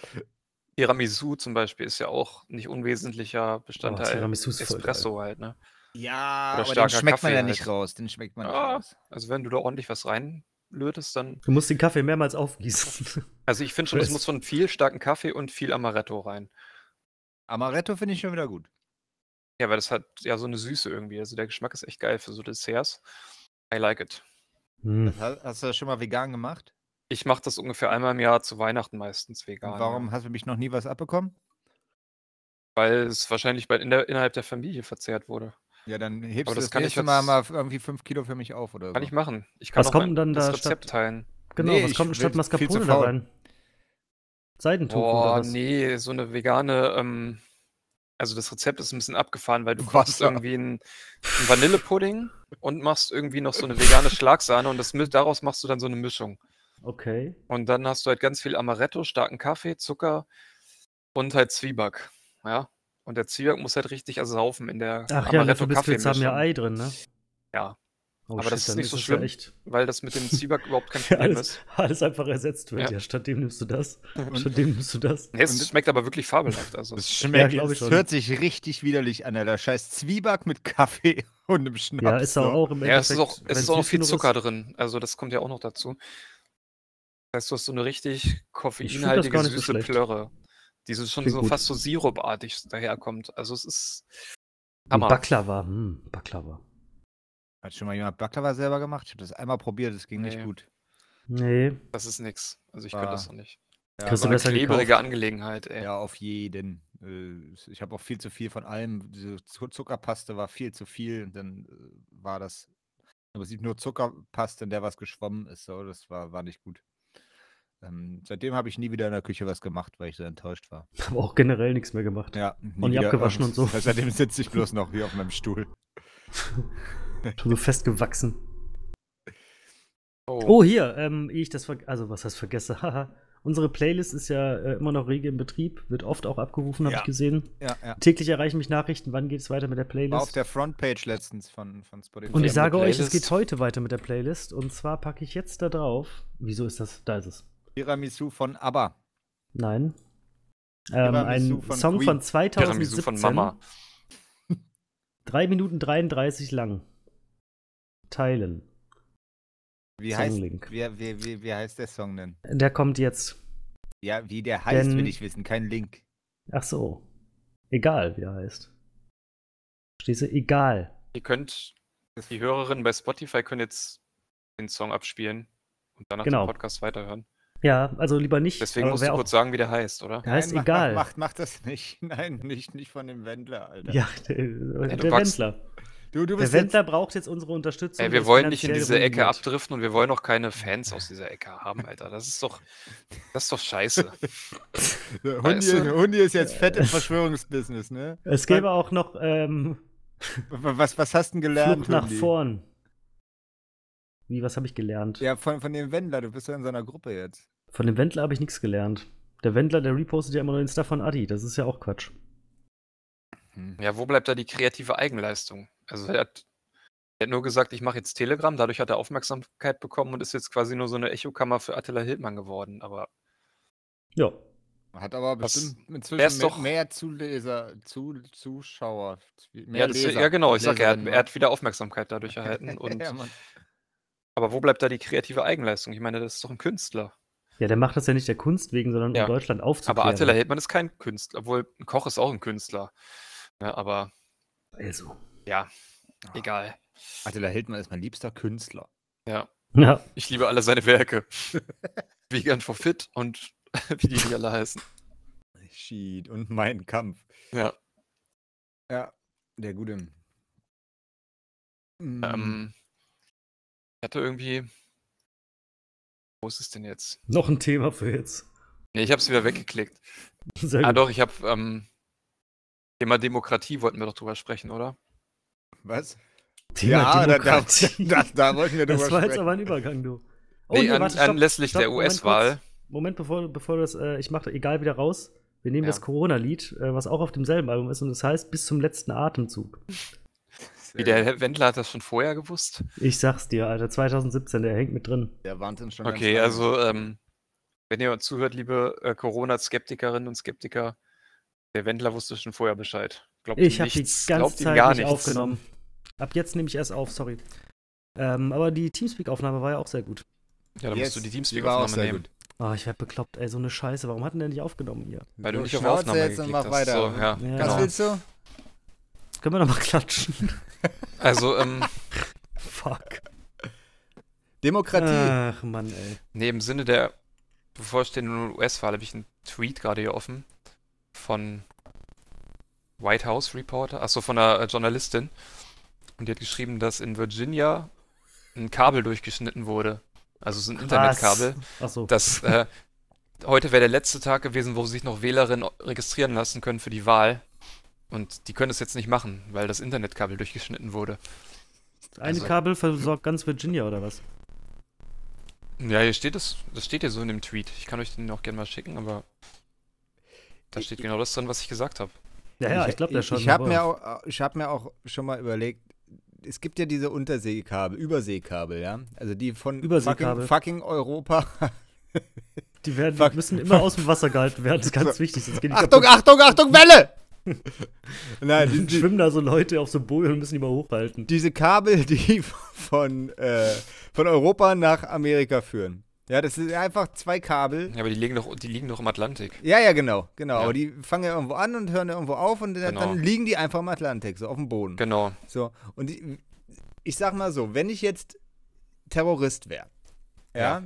[SPEAKER 3] Tiramisu zum Beispiel ist ja auch nicht unwesentlicher
[SPEAKER 2] Oh,
[SPEAKER 3] Bestandteil.
[SPEAKER 2] Tiramisu ist voll
[SPEAKER 3] Espresso halt, ne?
[SPEAKER 1] Ja,
[SPEAKER 3] Oder
[SPEAKER 1] aber den
[SPEAKER 3] starker
[SPEAKER 1] schmeckt man
[SPEAKER 3] Kaffee
[SPEAKER 1] ja nicht
[SPEAKER 3] halt.
[SPEAKER 1] raus. Den schmeckt man
[SPEAKER 3] Ja.
[SPEAKER 1] nicht raus.
[SPEAKER 3] Also wenn du da ordentlich was reinlötest, dann.
[SPEAKER 2] geil. Du musst den Kaffee mehrmals aufgießen.
[SPEAKER 3] Also ich finde schon, es
[SPEAKER 2] Chris.
[SPEAKER 3] muss schon viel starken Kaffee und viel Amaretto rein.
[SPEAKER 1] Amaretto finde ich schon wieder gut.
[SPEAKER 3] Ja, weil das hat ja so eine Süße irgendwie. Also der Geschmack ist echt geil für so Desserts. I like it.
[SPEAKER 2] Hm.
[SPEAKER 1] Das ha- hast du das schon mal vegan gemacht?
[SPEAKER 3] Ich mache das ungefähr einmal im Jahr zu Weihnachten meistens vegan.
[SPEAKER 1] Und
[SPEAKER 3] ja.
[SPEAKER 1] warum hast du mich noch nie was abbekommen?
[SPEAKER 3] Weil es wahrscheinlich bei, in der, innerhalb der Familie verzehrt wurde.
[SPEAKER 1] Ja, dann hebst
[SPEAKER 3] Aber
[SPEAKER 1] du
[SPEAKER 3] das
[SPEAKER 1] das,
[SPEAKER 3] kann ich
[SPEAKER 1] nächste Mal
[SPEAKER 3] jetzt-
[SPEAKER 1] mal f- irgendwie fünf Kilo für mich auf oder so.
[SPEAKER 3] Kann ich machen. Ich kann
[SPEAKER 2] Was
[SPEAKER 3] auch
[SPEAKER 2] kommt
[SPEAKER 3] mein-
[SPEAKER 2] denn dann
[SPEAKER 3] das
[SPEAKER 2] da statt-
[SPEAKER 3] Rezept teilen.
[SPEAKER 2] Genau,
[SPEAKER 1] Nee,
[SPEAKER 2] was
[SPEAKER 1] ich
[SPEAKER 2] kommt denn statt
[SPEAKER 1] bin viel zu
[SPEAKER 2] Mascarpone da
[SPEAKER 1] faul.
[SPEAKER 2] rein? Seidentuch oder
[SPEAKER 3] Boah,
[SPEAKER 2] was?
[SPEAKER 3] nee, so eine vegane, ähm, also das Rezept ist ein bisschen abgefahren, weil du kochst
[SPEAKER 1] Wasser.
[SPEAKER 3] irgendwie einen, einen Vanillepudding und machst irgendwie noch so eine vegane Schlagsahne und das, mi- daraus machst du dann so eine Mischung.
[SPEAKER 2] Okay.
[SPEAKER 3] Und dann hast du halt ganz viel Amaretto, starken Kaffee, Zucker und halt Zwieback. Ja. Und der Zwieback muss halt richtig ersaufen in der
[SPEAKER 2] Ach ja, dafür bist du jetzt haben ja
[SPEAKER 3] Amaretto-Kaffeemischung,
[SPEAKER 2] Ei drin, ne?
[SPEAKER 3] Ja.
[SPEAKER 2] Oh,
[SPEAKER 3] Aber das ist
[SPEAKER 2] dann
[SPEAKER 3] nicht so
[SPEAKER 2] es ja
[SPEAKER 3] schlimm.
[SPEAKER 2] echt
[SPEAKER 3] weil das mit dem Zwieback überhaupt kein
[SPEAKER 2] Ja,
[SPEAKER 3] Problem
[SPEAKER 2] alles,
[SPEAKER 3] ist.
[SPEAKER 2] alles einfach ersetzt wird. Ja.
[SPEAKER 3] Ja.
[SPEAKER 2] stattdem nimmst du das.
[SPEAKER 1] Und-
[SPEAKER 2] Stattdem nimmst du das.
[SPEAKER 3] Nee, es
[SPEAKER 1] Und-
[SPEAKER 3] schmeckt aber wirklich fabelhaft. Also,
[SPEAKER 1] Das schmeckt,
[SPEAKER 2] glaub ich
[SPEAKER 1] es
[SPEAKER 2] schon.
[SPEAKER 1] hört sich richtig widerlich an, Alter. Scheiß Zwieback mit Kaffee und einem Schnaps.
[SPEAKER 2] Ja, ist
[SPEAKER 1] so.
[SPEAKER 2] auch, auch im
[SPEAKER 3] ja, es ist
[SPEAKER 2] Endeffekt,
[SPEAKER 3] auch, es
[SPEAKER 2] wenn's
[SPEAKER 3] ist auch noch
[SPEAKER 2] süß
[SPEAKER 3] viel
[SPEAKER 2] genug
[SPEAKER 3] Zucker
[SPEAKER 2] ist.
[SPEAKER 3] drin. Also, das kommt ja auch noch dazu. Das heißt, du hast so eine richtig
[SPEAKER 2] das gar nicht
[SPEAKER 3] koffeinhaltige,
[SPEAKER 2] so
[SPEAKER 3] süße
[SPEAKER 2] schlecht.
[SPEAKER 3] Plörre, die so schon
[SPEAKER 2] Klingt
[SPEAKER 3] so
[SPEAKER 2] gut.
[SPEAKER 3] fast so sirupartig daherkommt. Also, es ist
[SPEAKER 2] Ein
[SPEAKER 3] Hammer.
[SPEAKER 2] Baklava, hm, Baklava.
[SPEAKER 1] Hat schon mal jemand Baklava selber gemacht? Ich habe das einmal probiert, es ging
[SPEAKER 3] Nee.
[SPEAKER 1] nicht gut.
[SPEAKER 2] Nee,
[SPEAKER 3] Das ist nix. Also, ich könnte das
[SPEAKER 1] Ah.
[SPEAKER 3] auch nicht.
[SPEAKER 1] Ja,
[SPEAKER 2] Kriegst du
[SPEAKER 1] war-
[SPEAKER 2] besser gekauft.
[SPEAKER 3] Klebrige Angelegenheit, ey.
[SPEAKER 1] Ja, auf jeden. äh, ich habe auch viel zu viel von allem. Diese Zu- Zuckerpaste war viel zu viel und dann äh, war das im Prinzip nur Zuckerpaste, in der was geschwommen ist. So, das war, war nicht gut. Ähm, seitdem habe ich nie wieder in der Küche was gemacht, weil ich so enttäuscht war.
[SPEAKER 2] Habe auch generell nichts mehr gemacht.
[SPEAKER 1] Ja, nie
[SPEAKER 2] Und nie
[SPEAKER 1] wieder-
[SPEAKER 2] abgewaschen und so.
[SPEAKER 1] Seitdem sitze ich bloß noch hier auf meinem Stuhl.
[SPEAKER 2] Schon so festgewachsen.
[SPEAKER 3] Oh,
[SPEAKER 2] Oh, hier, ähm, ehe ich das ver also was heißt vergesse, haha. Unsere Playlist ist ja äh, immer noch rege im Betrieb, wird oft auch abgerufen, habe
[SPEAKER 1] Ja.
[SPEAKER 2] ich gesehen.
[SPEAKER 1] Ja, ja.
[SPEAKER 2] Täglich erreichen mich Nachrichten, wann geht es weiter mit der
[SPEAKER 1] War auf
[SPEAKER 2] Playlist.
[SPEAKER 1] der Frontpage letztens von, von Spotify.
[SPEAKER 2] und
[SPEAKER 3] Wir
[SPEAKER 2] ich
[SPEAKER 3] haben
[SPEAKER 2] sage
[SPEAKER 3] eine
[SPEAKER 2] euch, es
[SPEAKER 3] Playlist.
[SPEAKER 2] geht heute weiter mit der Playlist. Und zwar packe ich jetzt da drauf. Wieso ist das? Da ist es.
[SPEAKER 1] Tiramisu von ABBA.
[SPEAKER 2] Nein. Ähm,
[SPEAKER 1] Tiramisu
[SPEAKER 2] ein
[SPEAKER 1] von
[SPEAKER 2] Song
[SPEAKER 1] Queen.
[SPEAKER 2] von
[SPEAKER 3] Tiramisu
[SPEAKER 2] 2017.
[SPEAKER 3] von Mama.
[SPEAKER 2] 3 Minuten 33 lang. Teilen.
[SPEAKER 1] Wie heißt,
[SPEAKER 2] Songlink.
[SPEAKER 1] wie, wie, wie, wie heißt der Song denn?
[SPEAKER 2] Der kommt jetzt.
[SPEAKER 1] Ja, wie der heißt,
[SPEAKER 2] Denn-
[SPEAKER 1] will ich wissen. Kein Link.
[SPEAKER 2] Ach so. Egal, wie er heißt. Verstehst du? Egal.
[SPEAKER 3] Ihr könnt, die Hörerinnen bei Spotify können jetzt den Song abspielen und danach
[SPEAKER 2] Genau.
[SPEAKER 3] den Podcast weiterhören.
[SPEAKER 2] Ja, also lieber nicht.
[SPEAKER 3] Deswegen
[SPEAKER 2] aber
[SPEAKER 3] musst
[SPEAKER 2] wer
[SPEAKER 3] du kurz sagen, wie der heißt, oder?
[SPEAKER 2] Der heißt
[SPEAKER 1] Nein, mach-
[SPEAKER 2] egal.
[SPEAKER 1] Mach, mach, mach das nicht. Nein, nicht, nicht von dem Wendler, Alter.
[SPEAKER 2] Ja, der, der,
[SPEAKER 3] du packst-
[SPEAKER 2] Wendler.
[SPEAKER 1] Du, du
[SPEAKER 2] Der
[SPEAKER 1] bist
[SPEAKER 2] Wendler braucht jetzt unsere Unterstützung.
[SPEAKER 3] Ey,
[SPEAKER 2] der
[SPEAKER 3] wir
[SPEAKER 2] ist
[SPEAKER 3] wollen nicht in
[SPEAKER 2] finanziell
[SPEAKER 3] diese Ecke
[SPEAKER 2] ruiniert.
[SPEAKER 3] abdriften und wir wollen auch keine Fans aus dieser Ecke haben, Alter. Das ist doch, das ist doch scheiße.
[SPEAKER 1] jetzt, Der
[SPEAKER 3] weißt
[SPEAKER 2] Also-
[SPEAKER 1] Hundi,
[SPEAKER 3] du?
[SPEAKER 1] Hundi ist jetzt fett im Verschwörungsbusiness, ne?
[SPEAKER 2] Es gäbe auch noch ähm,
[SPEAKER 1] W- Was, was hast du denn gelernt?
[SPEAKER 2] Flucht nach
[SPEAKER 1] Hundi?
[SPEAKER 2] vorn. Wie, was habe ich gelernt?
[SPEAKER 1] Ja, von, von dem Wendler, du bist ja in seiner Gruppe jetzt.
[SPEAKER 2] Von dem Wendler habe ich nichts gelernt. Der Wendler, der repostet ja immer nur den Stuff von Adi. Das ist ja auch Quatsch.
[SPEAKER 3] Ja, wo bleibt da die kreative Eigenleistung? Also er hat, er hat nur gesagt, ich mache jetzt Telegram, dadurch hat er Aufmerksamkeit bekommen und ist jetzt quasi nur so eine Echokammer für Attila Hildmann geworden. Aber
[SPEAKER 2] Ja.
[SPEAKER 1] Hat aber
[SPEAKER 3] Was-
[SPEAKER 1] bestimmt inzwischen
[SPEAKER 3] der ist
[SPEAKER 1] mehr,
[SPEAKER 3] doch-
[SPEAKER 1] mehr Zuleser, zu, Zuschauer. Mehr
[SPEAKER 3] ja, das,
[SPEAKER 1] Leser.
[SPEAKER 3] ja genau, ich sag, er hat,
[SPEAKER 1] Leserinnen,
[SPEAKER 3] er hat wieder Aufmerksamkeit dadurch erhalten. Und,
[SPEAKER 1] ja, Mann.
[SPEAKER 3] aber wo bleibt da die kreative Eigenleistung? Ich meine, das ist doch ein Künstler.
[SPEAKER 2] Ja, der macht das ja nicht der Kunst wegen, sondern
[SPEAKER 3] Ja.
[SPEAKER 2] um Deutschland aufzuklären.
[SPEAKER 3] Aber Attila Hildmann ist kein Künstler, obwohl ein Koch ist auch ein Künstler. Ja, aber
[SPEAKER 2] Also.
[SPEAKER 3] ja, egal.
[SPEAKER 1] Attila Hildmann ist mein liebster Künstler.
[SPEAKER 2] Ja.
[SPEAKER 3] Ich liebe alle seine Werke. Vegan for Fit und wie die, die alle heißen.
[SPEAKER 1] Schied und mein Kampf.
[SPEAKER 3] Ja.
[SPEAKER 1] Ja, der gute.
[SPEAKER 2] Mhm.
[SPEAKER 1] Mm,
[SPEAKER 3] Ähm, ich hatte irgendwie. Wo ist es denn jetzt?
[SPEAKER 2] Noch ein Thema für jetzt.
[SPEAKER 3] Nee, ich habe es wieder weggeklickt.
[SPEAKER 2] Sehr
[SPEAKER 3] Ah,
[SPEAKER 2] gut.
[SPEAKER 3] doch, ich habe. Ähm, Thema Demokratie wollten wir doch drüber sprechen, oder?
[SPEAKER 1] was?
[SPEAKER 2] Thema
[SPEAKER 1] da, da,
[SPEAKER 2] Demokratie.
[SPEAKER 1] da, da wollten wir drüber
[SPEAKER 2] das war jetzt
[SPEAKER 1] sprechen.
[SPEAKER 2] aber ein Übergang, du.
[SPEAKER 3] nee,
[SPEAKER 2] hier,
[SPEAKER 3] an,
[SPEAKER 2] Oh, warte, stopp,
[SPEAKER 3] anlässlich
[SPEAKER 2] stopp,
[SPEAKER 3] der
[SPEAKER 2] Moment kurz.
[SPEAKER 3] US-Wahl.
[SPEAKER 2] Moment, bevor, bevor du das, äh, ich mache egal wieder raus. Wir nehmen
[SPEAKER 3] Ja.
[SPEAKER 2] das Corona-Lied, äh, was auch auf demselben Album ist und das heißt bis zum letzten Atemzug.
[SPEAKER 1] Sehr
[SPEAKER 3] Wie der
[SPEAKER 1] gut.
[SPEAKER 3] Herr Wendler hat das schon vorher gewusst.
[SPEAKER 2] Ich sag's dir, Alter, 2017, der hängt mit drin.
[SPEAKER 1] der warnt uns schon.
[SPEAKER 3] Okay,
[SPEAKER 1] ganz lange.
[SPEAKER 3] also, ähm, wenn ihr uns zuhört, liebe äh, Corona-Skeptikerinnen und Skeptiker, der Wendler wusste schon vorher Bescheid. Glaubt
[SPEAKER 2] Ich
[SPEAKER 3] ihm
[SPEAKER 2] habe die
[SPEAKER 3] nichts,
[SPEAKER 2] ganze
[SPEAKER 3] glaubt ihm
[SPEAKER 2] Zeit
[SPEAKER 3] gar
[SPEAKER 2] nicht
[SPEAKER 3] nichts.
[SPEAKER 2] aufgenommen. Ab jetzt nehme ich erst auf, sorry. Ähm, aber die Teamspeak-Aufnahme war ja auch sehr gut.
[SPEAKER 3] Ja, dann
[SPEAKER 1] Yes,
[SPEAKER 3] musst du die
[SPEAKER 1] war auch
[SPEAKER 3] Teamspeak-Aufnahme
[SPEAKER 1] sehr
[SPEAKER 3] nehmen.
[SPEAKER 1] gut.
[SPEAKER 2] Ah, ich werd bekloppt, ey, so eine Scheiße. Warum hat denn der nicht aufgenommen hier?
[SPEAKER 3] Weil du
[SPEAKER 1] So,
[SPEAKER 3] nicht auf
[SPEAKER 1] Schnauze
[SPEAKER 3] Aufnahme
[SPEAKER 1] jetzt und
[SPEAKER 3] geklickt
[SPEAKER 1] mach
[SPEAKER 3] hast.
[SPEAKER 1] weiter.
[SPEAKER 3] So, ja,
[SPEAKER 2] Ja.
[SPEAKER 1] Was
[SPEAKER 3] genau.
[SPEAKER 1] willst du?
[SPEAKER 2] Können wir nochmal klatschen?
[SPEAKER 3] Also, ähm,
[SPEAKER 2] Fuck.
[SPEAKER 1] Demokratie.
[SPEAKER 2] Ach, Mann, ey.
[SPEAKER 3] nee, im Sinne der bevorstehenden US-Wahl habe ich einen Tweet gerade hier offen von White House Reporter, achso, von einer äh, Journalistin. Und die hat geschrieben, dass in Virginia ein Kabel durchgeschnitten wurde. Also so ein Internetkabel.
[SPEAKER 2] Achso.
[SPEAKER 3] Das, äh, heute wäre der letzte Tag gewesen, wo sich noch Wählerinnen registrieren lassen können für die Wahl. Und die können es jetzt nicht machen, weil das Internetkabel durchgeschnitten wurde.
[SPEAKER 2] Eine
[SPEAKER 3] also-
[SPEAKER 2] Kabel versorgt ganz Virginia, oder was?
[SPEAKER 3] Ja, hier steht das, das steht hier so in dem Tweet. Ich kann euch den auch gerne mal schicken, aber da steht genau das drin, was ich gesagt habe.
[SPEAKER 2] Ja, ja, ich glaube, der
[SPEAKER 1] ich,
[SPEAKER 2] schon.
[SPEAKER 1] Ich habe
[SPEAKER 2] aber-
[SPEAKER 1] mir, auch- ich hab mir auch schon mal überlegt, es gibt ja diese Unterseekabel, Überseekabel, ja? Also die von
[SPEAKER 2] Überseekabel.
[SPEAKER 1] fucking, fucking Europa.
[SPEAKER 2] Die werden,
[SPEAKER 1] Fuck.
[SPEAKER 2] müssen immer aus dem Wasser gehalten werden. Das ist ganz wichtig. Sonst gehen die
[SPEAKER 1] Achtung,
[SPEAKER 2] kaputt.
[SPEAKER 1] Achtung, Achtung, Welle! Nein, die,
[SPEAKER 2] Dann
[SPEAKER 1] die,
[SPEAKER 2] schwimmen da so Leute auf so Bojen und müssen die mal hochhalten.
[SPEAKER 1] diese Kabel, die von, äh, von Europa nach Amerika führen. Ja, das sind einfach zwei Kabel.
[SPEAKER 3] Ja, aber die liegen doch, die liegen doch im Atlantik.
[SPEAKER 1] Ja, ja, genau, genau.
[SPEAKER 3] Ja.
[SPEAKER 1] Aber die fangen ja irgendwo an und hören ja irgendwo auf und dann,
[SPEAKER 3] Genau.
[SPEAKER 1] dann liegen die einfach im Atlantik, so auf dem Boden.
[SPEAKER 3] Genau.
[SPEAKER 1] So, und ich, ich sag mal so, wenn ich jetzt Terrorist wäre, ja,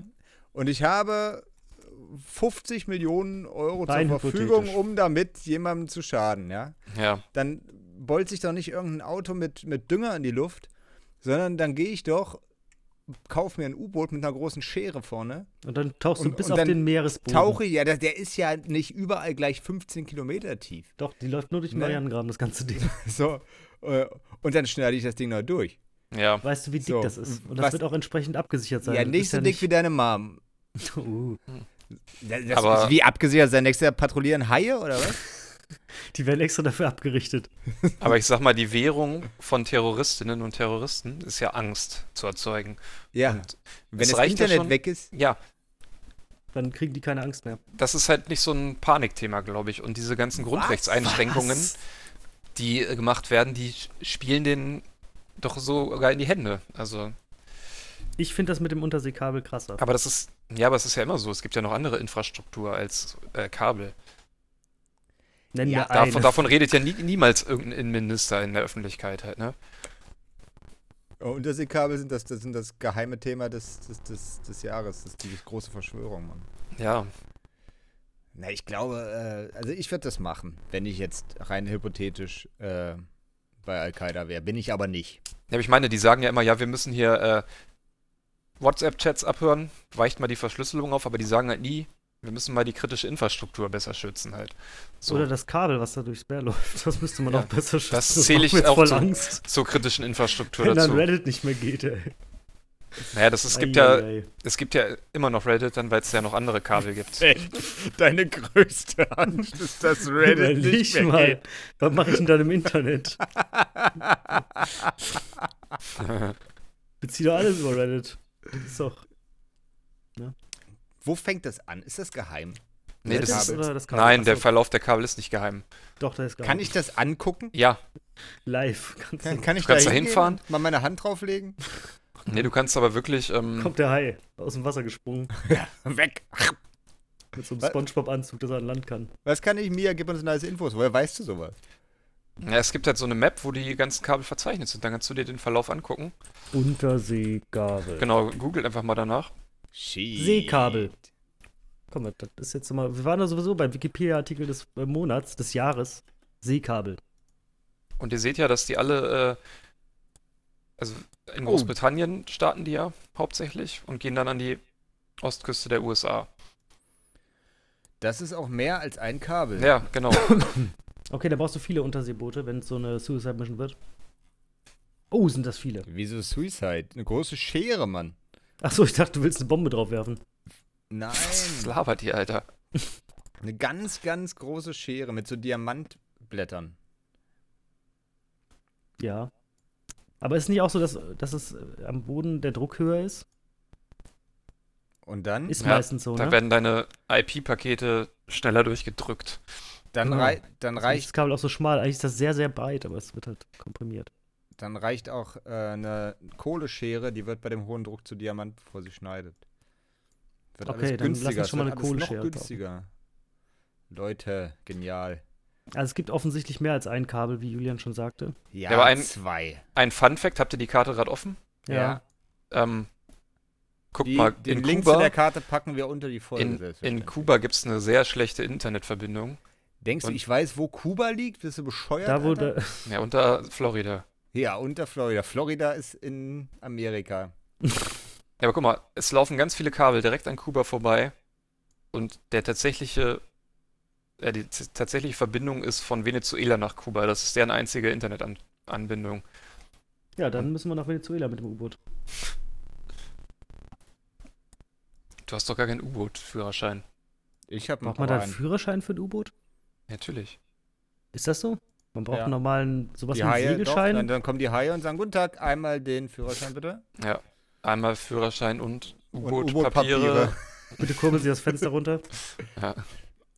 [SPEAKER 1] und ich habe 50 Millionen Euro
[SPEAKER 2] Rein
[SPEAKER 1] zur Verfügung,
[SPEAKER 2] hypothetisch.
[SPEAKER 1] um damit jemandem zu schaden, ja?
[SPEAKER 3] Ja,
[SPEAKER 1] Dann bollt sich doch nicht irgendein Auto mit, mit Dünger in die Luft, sondern dann gehe ich doch, kauf mir ein U-Boot mit einer großen Schere vorne,
[SPEAKER 2] Und dann tauchst du
[SPEAKER 1] Und-
[SPEAKER 2] bis
[SPEAKER 1] und
[SPEAKER 2] auf
[SPEAKER 1] dann
[SPEAKER 2] den Meeresboden.
[SPEAKER 1] tauche ich, ja, der, der ist ja nicht überall gleich 15 Kilometer tief.
[SPEAKER 2] Doch, die läuft nur durch den
[SPEAKER 1] Ne?
[SPEAKER 2] Marianengraben, das ganze Ding.
[SPEAKER 1] So, äh, und dann schneide ich das Ding noch durch.
[SPEAKER 3] ja.
[SPEAKER 2] Weißt du, wie dick
[SPEAKER 1] So,
[SPEAKER 2] das ist? Und das
[SPEAKER 1] was-
[SPEAKER 2] wird auch entsprechend abgesichert sein.
[SPEAKER 1] ja,
[SPEAKER 2] Das
[SPEAKER 1] nicht
[SPEAKER 2] ist
[SPEAKER 1] so dick wie deine Mom.
[SPEAKER 2] nicht- Uh,
[SPEAKER 1] Das, das
[SPEAKER 3] Aber-
[SPEAKER 1] ist wie abgesichert sein. Nächster patrouillieren Haie oder was?
[SPEAKER 2] die werden extra dafür abgerichtet.
[SPEAKER 3] Aber ich sag mal, die Währung von Terroristinnen und Terroristen ist ja Angst zu erzeugen.
[SPEAKER 1] Ja.
[SPEAKER 3] Und
[SPEAKER 1] Wenn
[SPEAKER 3] es
[SPEAKER 1] das
[SPEAKER 3] reicht ja
[SPEAKER 1] Internet
[SPEAKER 3] schon-
[SPEAKER 1] weg ist.
[SPEAKER 3] Ja,
[SPEAKER 2] Dann kriegen die keine Angst mehr.
[SPEAKER 3] das ist halt nicht so ein Panikthema, glaube ich. Und diese ganzen Grundrechtseinschränkungen,
[SPEAKER 2] Was?
[SPEAKER 3] die äh, gemacht werden, die sch- spielen denen doch sogar in die Hände. Also,
[SPEAKER 2] Ich finde das mit dem Unterseekabel krasser.
[SPEAKER 3] aber das ist, ja, aber es ist ja immer so. Es gibt ja noch andere Infrastruktur als äh, Kabel.
[SPEAKER 2] Nenn
[SPEAKER 1] Ja,
[SPEAKER 2] mir eine.
[SPEAKER 3] Davon, davon redet ja nie, niemals irgendein Innenminister in der Öffentlichkeit halt, ne?
[SPEAKER 1] Oh, Unterseekabel sind das, das sind das geheime Thema des, des, des, des Jahres. Das ist die große Verschwörung, Mann.
[SPEAKER 3] Ja,
[SPEAKER 1] Na, ich glaube, äh, also ich würde das machen, wenn ich jetzt rein hypothetisch äh, bei Al-Qaida wäre. Bin ich aber nicht.
[SPEAKER 3] Ja, aber ich meine, die sagen ja immer, ja, wir müssen hier äh, WhatsApp-Chats abhören, weicht mal die Verschlüsselung auf, aber die sagen halt nie, wir müssen mal die kritische Infrastruktur besser schützen halt. So,
[SPEAKER 2] Oder das Kabel, was da durchs Meer läuft. Das müsste man
[SPEAKER 3] Ja,
[SPEAKER 2] auch besser schützen.
[SPEAKER 3] zähle
[SPEAKER 2] macht
[SPEAKER 3] ich
[SPEAKER 2] mir jetzt
[SPEAKER 3] auch
[SPEAKER 2] voll
[SPEAKER 3] zu.
[SPEAKER 2] Angst,
[SPEAKER 3] zur kritischen Infrastruktur
[SPEAKER 2] wenn dann
[SPEAKER 3] dazu.
[SPEAKER 2] Reddit nicht mehr geht, ey.
[SPEAKER 3] Naja, das ist, gibt ja,
[SPEAKER 2] Eieiei.
[SPEAKER 3] es gibt ja immer noch Reddit, dann weil es ja noch andere Kabel gibt.
[SPEAKER 1] Deine größte Angst ist, dass
[SPEAKER 2] Überleg mal, was mache ich denn dann im Internet? Beziehe doch alles über Reddit. Das ist doch.
[SPEAKER 1] Wo fängt das an? Ist das geheim?
[SPEAKER 3] Nee, das
[SPEAKER 2] Reddit
[SPEAKER 3] ist, äh,
[SPEAKER 1] Kabel.
[SPEAKER 2] oder das Kabel?
[SPEAKER 3] nein, der
[SPEAKER 2] Achso,
[SPEAKER 3] Verlauf der Kabel ist nicht geheim.
[SPEAKER 2] Doch, da ist gar
[SPEAKER 1] Kann ich das angucken?
[SPEAKER 3] Ja,
[SPEAKER 2] Live. Kannst du-
[SPEAKER 1] Kann, kann ich
[SPEAKER 3] Du kannst da
[SPEAKER 1] hingehen,
[SPEAKER 3] hinfahren.
[SPEAKER 1] Mal meine Hand drauflegen?
[SPEAKER 2] Mhm.
[SPEAKER 3] nee, du kannst aber wirklich, ähm,
[SPEAKER 2] Kommt der Hai aus dem Wasser gesprungen
[SPEAKER 1] Weg!
[SPEAKER 2] mit so einem
[SPEAKER 1] Was?
[SPEAKER 2] Spongebob-Anzug, dass er an Land kann.
[SPEAKER 1] Was kann ich mir? Gib uns nice Infos. Woher weißt du sowas?
[SPEAKER 3] ja, es gibt halt so eine Map, wo die ganzen Kabel verzeichnet sind, dann kannst du dir den Verlauf angucken.
[SPEAKER 2] Unterseekabel.
[SPEAKER 3] Genau, googelt einfach mal danach.
[SPEAKER 1] Shit.
[SPEAKER 2] Seekabel. Komm, mal, das ist jetzt mal. Wir waren da sowieso beim Wikipedia-Artikel des äh, Monats, des Jahres. Seekabel.
[SPEAKER 3] Und ihr seht ja, dass die alle, äh, also in
[SPEAKER 1] Oh.
[SPEAKER 3] Großbritannien starten die ja hauptsächlich und gehen dann an die Ostküste der USA.
[SPEAKER 1] Das ist auch mehr als ein Kabel.
[SPEAKER 3] Ja, genau.
[SPEAKER 2] Okay, da brauchst du viele Unterseeboote, wenn es so eine Suicide Mission wird. Oh, sind das viele.
[SPEAKER 1] Wieso Suicide? Eine große Schere, Mann.
[SPEAKER 2] Achso, ich dachte, du willst eine Bombe draufwerfen.
[SPEAKER 1] Nein.
[SPEAKER 3] Was labert ihr, Alter?
[SPEAKER 1] Eine ganz, ganz große Schere mit so Diamantblättern.
[SPEAKER 2] Ja. Aber ist nicht auch so, dass, dass es äh, am Boden der Druck höher ist?
[SPEAKER 1] Und dann,
[SPEAKER 2] Ist
[SPEAKER 3] Ja,
[SPEAKER 2] meistens so,
[SPEAKER 3] Da
[SPEAKER 2] ne?
[SPEAKER 3] werden deine IP-Pakete schneller durchgedrückt.
[SPEAKER 1] dann,
[SPEAKER 2] genau.
[SPEAKER 1] rei dann,
[SPEAKER 2] Deswegen ist Das
[SPEAKER 1] reicht,
[SPEAKER 2] Kabel auch so schmal. Eigentlich ist das sehr, sehr breit, aber es wird halt komprimiert.
[SPEAKER 1] dann reicht auch äh, eine Kohleschere, die wird bei dem hohen Druck zu Diamant, bevor sie schneidet. Wird
[SPEAKER 2] Okay, dann lass uns
[SPEAKER 1] es
[SPEAKER 2] schon mal
[SPEAKER 1] wird
[SPEAKER 2] eine
[SPEAKER 1] alles
[SPEAKER 2] Kohleschere
[SPEAKER 1] Noch
[SPEAKER 2] kaufen.
[SPEAKER 1] günstiger. Leute, genial.
[SPEAKER 2] Also es gibt offensichtlich mehr als ein Kabel, wie Julian schon sagte.
[SPEAKER 1] Ja,
[SPEAKER 3] aber ein-
[SPEAKER 1] zwei.
[SPEAKER 3] Ein Fun-Fact: Habt ihr die Karte gerade offen?
[SPEAKER 1] Ja.
[SPEAKER 3] Ähm, guckt
[SPEAKER 1] Die,
[SPEAKER 3] mal,
[SPEAKER 1] den
[SPEAKER 3] in
[SPEAKER 1] Link zu
[SPEAKER 3] Kuba,
[SPEAKER 1] der Karte packen wir unter die Folge.
[SPEAKER 3] in, in
[SPEAKER 1] selbstverständlich.
[SPEAKER 3] Kuba gibt es eine sehr schlechte Internetverbindung.
[SPEAKER 1] Denkst du,
[SPEAKER 3] und-
[SPEAKER 1] ich weiß, wo Kuba liegt? Bist du bescheuert?
[SPEAKER 2] da
[SPEAKER 1] Alter?
[SPEAKER 2] wurde.
[SPEAKER 3] Ja, unter Florida.
[SPEAKER 1] Ja, unter Florida. Florida ist in Amerika.
[SPEAKER 3] Ja, aber guck mal, es laufen ganz viele Kabel direkt an Kuba vorbei und der tatsächliche, äh, die t- tatsächliche Verbindung ist von Venezuela nach Kuba. Das ist deren einzige Internetanbindung.
[SPEAKER 2] Ja, dann müssen wir nach Venezuela mit dem U-Boot.
[SPEAKER 3] Du hast doch gar keinen U-Boot-Führerschein.
[SPEAKER 1] Ich habe
[SPEAKER 2] Braucht man da einen Führerschein für ein U-Boot?
[SPEAKER 3] Natürlich.
[SPEAKER 2] Ist das so? Man braucht
[SPEAKER 1] Ja.
[SPEAKER 2] einen normalen, sowas
[SPEAKER 1] die
[SPEAKER 2] wie einen
[SPEAKER 1] Haie, doch, dann,
[SPEAKER 2] Segelschein.
[SPEAKER 1] dann kommen die Haie und sagen, guten Tag, einmal den Führerschein bitte.
[SPEAKER 3] Einmal Führerschein und
[SPEAKER 1] Und
[SPEAKER 3] U-Boot-Papiere.
[SPEAKER 2] Bitte kurbeln Sie das Fenster runter.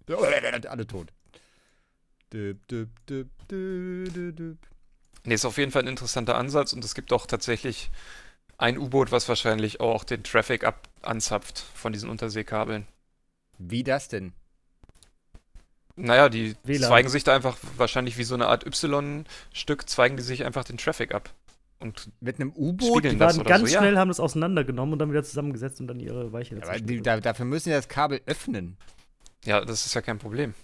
[SPEAKER 1] U-Boot-Papiere. Alle tot. Düb, düb, düb, dü, dü, düb.
[SPEAKER 3] Nee, ist auf jeden Fall ein interessanter Ansatz und es gibt auch tatsächlich ein U-Boot, was wahrscheinlich auch den Traffic ab anzapft von diesen Unterseekabeln.
[SPEAKER 1] Wie das denn?
[SPEAKER 3] Naja, die
[SPEAKER 2] WLAN.
[SPEAKER 3] zweigen sich da einfach wahrscheinlich wie so eine Art Y-Stück, zweigen die sich einfach den Traffic ab. und
[SPEAKER 1] Mit einem U-Boot?
[SPEAKER 3] spiegeln
[SPEAKER 2] Die
[SPEAKER 3] das
[SPEAKER 2] waren
[SPEAKER 3] oder
[SPEAKER 2] ganz
[SPEAKER 3] so.
[SPEAKER 2] schnell, haben das auseinandergenommen und dann wieder zusammengesetzt und dann ihre Weiche
[SPEAKER 1] Ja,
[SPEAKER 2] dazu.
[SPEAKER 1] aber die, da, dafür müssen die das Kabel öffnen.
[SPEAKER 3] Ja. ja, das ist ja kein Problem.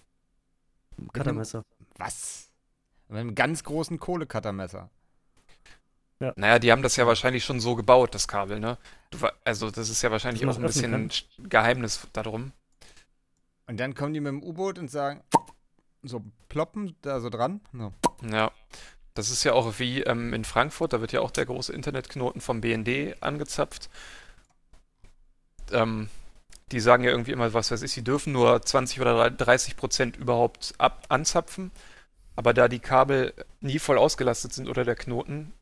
[SPEAKER 2] Cuttermesser.
[SPEAKER 1] Was? Mit einem ganz großen Kohlekattermesser.
[SPEAKER 3] Naja, die haben das ja wahrscheinlich schon so gebaut, das Kabel, ne? Du, wa- also, das ist ja wahrscheinlich
[SPEAKER 2] Dass
[SPEAKER 3] auch
[SPEAKER 2] man's
[SPEAKER 3] ein bisschen
[SPEAKER 2] öffnen
[SPEAKER 3] ein Sch- Geheimnis darum.
[SPEAKER 1] Und dann kommen die mit dem U-Boot und sagen, so ploppen da so dran. So.
[SPEAKER 3] Ja. Das ist ja auch wie ähm, in Frankfurt, da wird ja auch der große Internetknoten vom BND angezapft. Ähm, die sagen ja irgendwie immer, was weiß ich, sie dürfen nur 20 oder 30 Prozent überhaupt ab anzapfen. Aber da die Kabel nie voll ausgelastet sind oder der Knoten,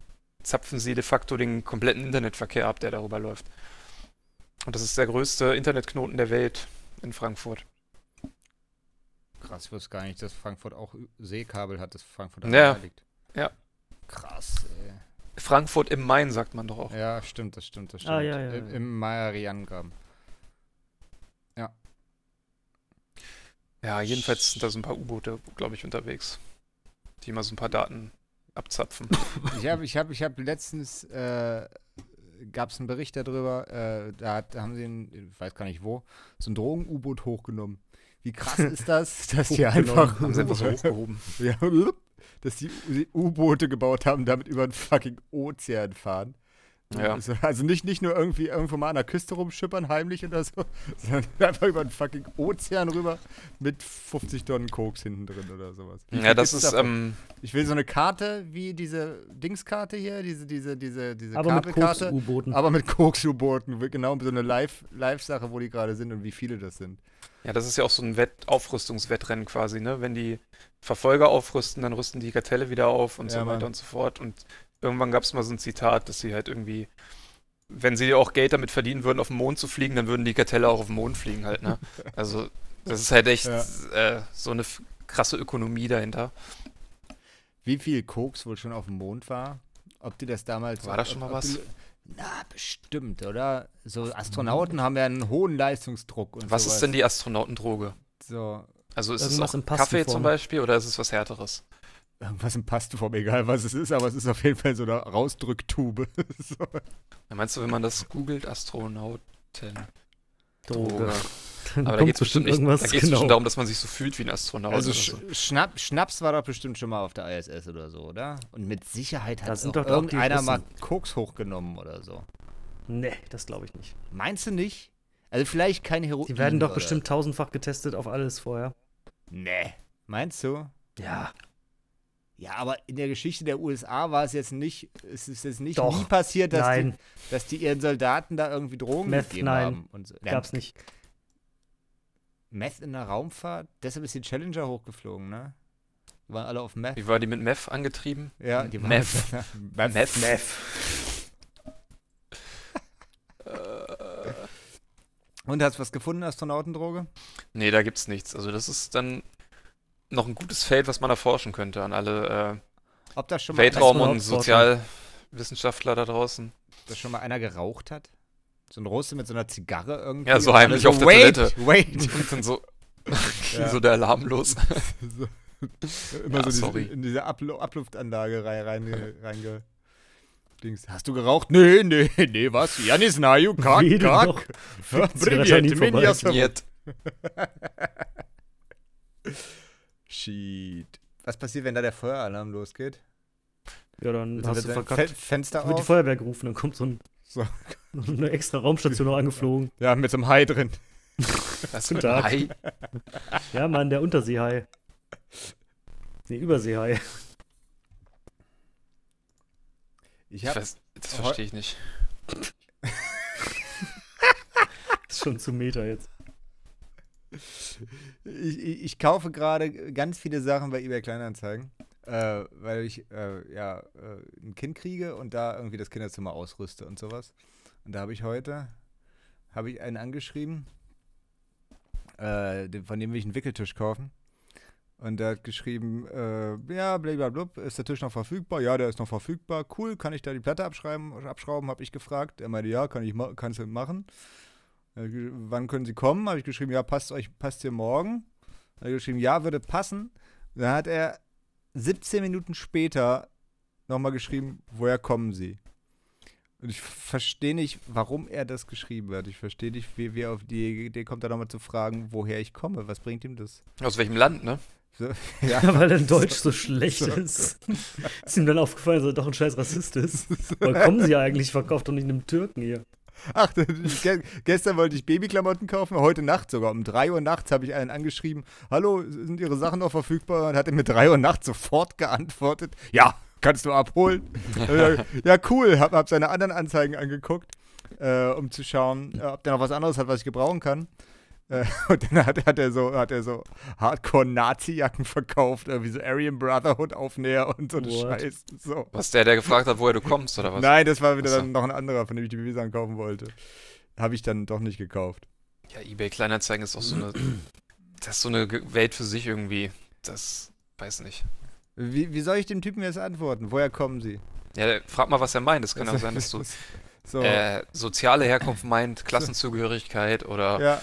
[SPEAKER 3] zapfen sie de facto den kompletten Internetverkehr ab, der darüber läuft. Und das ist der größte Internetknoten der Welt in Frankfurt.
[SPEAKER 1] Krass, ich wusste gar nicht, dass Frankfurt auch Ü- Seekabel hat, dass Frankfurt
[SPEAKER 3] Ja.
[SPEAKER 1] daran liegt.
[SPEAKER 3] Ja.
[SPEAKER 1] Krass,
[SPEAKER 3] Frankfurt im Main, sagt man doch auch.
[SPEAKER 1] ey. Ja, stimmt, das stimmt, das stimmt.
[SPEAKER 2] Ah, ja, ja,
[SPEAKER 1] Im,
[SPEAKER 2] ja.
[SPEAKER 1] im Marianengraben.
[SPEAKER 3] Ja, jedenfalls sind da so ein paar U-Boote, glaube ich, unterwegs, die immer so ein paar Daten abzapfen.
[SPEAKER 1] Ich habe ich hab, ich hab letztens, äh, gab es einen Bericht darüber, äh, da, hat, da haben sie, ein, ich weiß gar nicht wo, so ein Drogen-U-Boot hochgenommen. Wie krass ist das, dass die
[SPEAKER 2] Hochgenommen.
[SPEAKER 1] einfach,
[SPEAKER 3] Haben sie einfach so hochgehoben.
[SPEAKER 1] ja, blub, dass die U- U-Boote gebaut haben, damit über den fucking Ozean fahren.
[SPEAKER 3] Ja.
[SPEAKER 1] Also, also nicht, nicht nur irgendwie irgendwo mal an der Küste rumschippern, heimlich oder so, sondern einfach über den fucking Ozean rüber mit 50 Tonnen Koks hinten drin oder sowas. Wie
[SPEAKER 3] Ja,
[SPEAKER 1] viel
[SPEAKER 3] das
[SPEAKER 1] gibt's
[SPEAKER 3] ist,
[SPEAKER 1] davon?
[SPEAKER 3] ähm,
[SPEAKER 1] Ich will so eine Karte wie diese Dingskarte hier, diese, diese, diese, diese
[SPEAKER 2] Aber mit
[SPEAKER 1] Kabelkarte.
[SPEAKER 2] Koks-U-Booten.
[SPEAKER 1] Aber mit Koks-U-Booten, wi- genau so eine Live- Live-Sache, wo die gerade sind und wie viele das sind.
[SPEAKER 3] ja, das ist ja auch so ein Wett Aufrüstungswettrennen quasi, ne? Wenn die Verfolger aufrüsten, dann rüsten die Kartelle wieder auf und so
[SPEAKER 1] Ja,
[SPEAKER 3] weiter
[SPEAKER 1] Mann.
[SPEAKER 3] und so fort. Und irgendwann gab es mal so ein Zitat, dass sie halt irgendwie, wenn sie auch Geld damit verdienen würden, auf den Mond zu fliegen, dann würden die Kartelle auch auf den Mond fliegen halt, ne? Also, das ist halt echt
[SPEAKER 1] Ja.
[SPEAKER 3] äh, so eine f- krasse Ökonomie dahinter.
[SPEAKER 1] Wie viel Koks wohl schon auf dem Mond war? Ob die das damals.
[SPEAKER 3] War da
[SPEAKER 1] ob-
[SPEAKER 3] schon mal
[SPEAKER 1] ob
[SPEAKER 3] was?
[SPEAKER 1] Die, na, bestimmt, oder? So Astronauten haben ja einen hohen Leistungsdruck und
[SPEAKER 3] Was
[SPEAKER 1] sowas.
[SPEAKER 3] ist denn die Astronautendroge?
[SPEAKER 1] So,
[SPEAKER 3] Also ist es
[SPEAKER 2] Irgendwas
[SPEAKER 3] auch
[SPEAKER 2] in
[SPEAKER 3] Kaffee
[SPEAKER 2] Pastenform.
[SPEAKER 3] zum Beispiel oder ist es was Härteres?
[SPEAKER 1] irgendwas im Pastenform, egal was es ist, aber es ist auf jeden Fall so eine Rausdrücktube. so.
[SPEAKER 3] Ja, Meinst du, wenn man das googelt, Astronauten?
[SPEAKER 2] Droge. Dann
[SPEAKER 3] Aber da
[SPEAKER 2] kommt
[SPEAKER 3] geht es
[SPEAKER 2] bestimmt
[SPEAKER 3] bestimmt, nicht, da
[SPEAKER 2] irgendwas.
[SPEAKER 3] geht's
[SPEAKER 2] genau.
[SPEAKER 3] bestimmt darum, dass man sich so fühlt wie ein Astronaut.
[SPEAKER 1] Also
[SPEAKER 3] oder
[SPEAKER 1] Sch
[SPEAKER 3] so.
[SPEAKER 1] Schnapp, Schnaps war doch bestimmt schon mal auf der ISS oder so, oder? Und mit Sicherheit
[SPEAKER 2] Da
[SPEAKER 1] hat
[SPEAKER 2] sind
[SPEAKER 1] auch
[SPEAKER 2] doch auch die
[SPEAKER 1] irgendeiner
[SPEAKER 2] Russen.
[SPEAKER 1] mal Koks hochgenommen oder so.
[SPEAKER 2] Nee, das glaube ich nicht.
[SPEAKER 1] Meinst du nicht? Also vielleicht kein Heroin. äh,
[SPEAKER 2] Die werden doch
[SPEAKER 1] oder-
[SPEAKER 2] bestimmt tausendfach getestet auf alles vorher.
[SPEAKER 1] Nee. Meinst du?
[SPEAKER 2] Ja.
[SPEAKER 1] Ja, aber in der Geschichte der USA war es jetzt nicht, es ist jetzt nicht
[SPEAKER 2] Doch.
[SPEAKER 1] nie passiert, dass die,
[SPEAKER 2] Nein,
[SPEAKER 1] dass die ihren Soldaten da irgendwie Drogen
[SPEAKER 2] Meth,
[SPEAKER 1] gegeben
[SPEAKER 2] nein.
[SPEAKER 1] haben. Und so. Ja,
[SPEAKER 2] gab's nicht.
[SPEAKER 1] Meth in der Raumfahrt, deshalb ist die Challenger hochgeflogen, ne? Die waren alle auf Meth.
[SPEAKER 3] Wie war die mit Meth angetrieben?
[SPEAKER 1] Ja, die waren
[SPEAKER 3] Meth.
[SPEAKER 1] Meth.
[SPEAKER 3] Meth. Äh,
[SPEAKER 1] Und hast du was gefunden, Astronautendroge?
[SPEAKER 3] Nee, da gibt's nichts. Also das ist dann noch ein gutes Feld, was man erforschen könnte an alle
[SPEAKER 1] Ob das
[SPEAKER 3] äh,
[SPEAKER 1] schon mal
[SPEAKER 3] Weltraum- und
[SPEAKER 2] Astronautforschung.
[SPEAKER 3] Sozialwissenschaftler da draußen.
[SPEAKER 1] dass schon mal einer geraucht hat? So ein Russe mit so einer Zigarre irgendwie.
[SPEAKER 3] Ja, so
[SPEAKER 1] Und alle
[SPEAKER 3] heimlich auf der
[SPEAKER 1] wait,
[SPEAKER 3] Toilette."
[SPEAKER 1] Wait.
[SPEAKER 3] Und dann so, ging
[SPEAKER 1] Ja.
[SPEAKER 3] so der Alarm los.
[SPEAKER 1] Immer
[SPEAKER 3] Ja,
[SPEAKER 1] so diese-
[SPEAKER 3] sorry.
[SPEAKER 1] in diese Ablu Abluftanlage rein, rein, reinge. Dings. Hast du geraucht? Nee, nee, nee, was? Janis, na, you kack,
[SPEAKER 2] Wie, du doch.
[SPEAKER 1] kack.
[SPEAKER 2] Zigarette an ihm vorbei.
[SPEAKER 3] Jetzt.
[SPEAKER 1] Shit. Was passiert, wenn da der Feueralarm losgeht?
[SPEAKER 2] Ja, dann
[SPEAKER 1] Also
[SPEAKER 2] Hm, hast
[SPEAKER 1] wird
[SPEAKER 2] du
[SPEAKER 1] dein
[SPEAKER 2] verkackt.
[SPEAKER 1] Fe- Fenster
[SPEAKER 2] Dann wird die
[SPEAKER 1] auf?
[SPEAKER 2] Feuerwehr gerufen, dann kommt so, ein,
[SPEAKER 1] So.
[SPEAKER 2] so eine extra Raumstation noch angeflogen.
[SPEAKER 1] Ja, mit so einem Hai drin.
[SPEAKER 3] Was
[SPEAKER 2] Guten
[SPEAKER 3] für ein
[SPEAKER 2] Tag.
[SPEAKER 3] Ei.
[SPEAKER 2] Ja, Mann, der Unterseehai. Nee, Überseehai.
[SPEAKER 1] Ich
[SPEAKER 3] Ich
[SPEAKER 1] hab,
[SPEAKER 3] weiß, das verstehe ich nicht.
[SPEAKER 2] Ist schon zu Meter jetzt.
[SPEAKER 1] ich, ich, ich kaufe gerade ganz viele Sachen bei eBay Kleinanzeigen, äh, weil ich äh, ja äh, ein Kind kriege und da irgendwie das Kinderzimmer ausrüste und sowas. Und da habe ich heute habe ich einen angeschrieben, äh, den- von dem will ich einen Wickeltisch kaufen. Und der hat geschrieben, äh, ja, blablabla, ist der Tisch noch verfügbar? Ja, der ist noch verfügbar. Cool, kann ich da die Platte abschreiben, abschrauben, habe ich gefragt. Er meinte, ja, kann ich ma kannst du machen. Er hat ge- Wann können Sie kommen? Habe ich geschrieben, ja, passt euch, passt hier morgen. Hat er geschrieben, ja, würde passen. Dann hat er 17 Minuten später nochmal geschrieben, woher kommen sie? Und ich verstehe nicht, warum er das geschrieben hat. Ich verstehe nicht, wie, wie er auf die Idee kommt, da nochmal zu fragen, woher ich komme. Was bringt ihm das?
[SPEAKER 3] Aus welchem Land, ne?
[SPEAKER 1] So,
[SPEAKER 2] Ja, weil dein Deutsch so schlecht ist. ist ihm dann aufgefallen, dass er doch ein scheiß Rassist ist. Woher kommen sie eigentlich? Verkauft doch nicht einem Türken hier.
[SPEAKER 1] Ach, ich, ge- gestern wollte ich Babyklamotten kaufen, heute Nacht sogar. Um 3 Uhr nachts habe ich einen angeschrieben, hallo, sind Ihre Sachen noch verfügbar? Und hat er mir 3 Uhr nachts sofort geantwortet, ja, kannst du abholen. ja, ja, cool, habe hab seine anderen Anzeigen angeguckt, äh, um zu schauen, äh, ob der noch was anderes hat, was ich gebrauchen kann. Äh, Und dann hat, hat er so, hat er so Hardcore-Nazi-Jacken verkauft, irgendwie so Aryan Brotherhood-Aufnäher und so eine
[SPEAKER 2] What?
[SPEAKER 1] Scheiß. So.
[SPEAKER 3] Was der, der gefragt hat, woher du kommst, oder was?
[SPEAKER 1] Nein, das war wieder
[SPEAKER 3] Ach so.
[SPEAKER 1] dann noch ein anderer, von dem ich die Beweise kaufen wollte. Habe ich dann doch nicht gekauft.
[SPEAKER 3] Ja, eBay Kleinanzeigen ist auch so eine. Das ist so eine Ge- Welt für sich irgendwie. Das weiß nicht.
[SPEAKER 1] Wie, wie soll ich dem Typen jetzt antworten? Woher kommen sie?
[SPEAKER 3] Ja, frag mal, was er meint. Es kann auch sein, dass du
[SPEAKER 1] So,
[SPEAKER 3] äh, soziale Herkunft meint, Klassenzugehörigkeit oder
[SPEAKER 1] ja,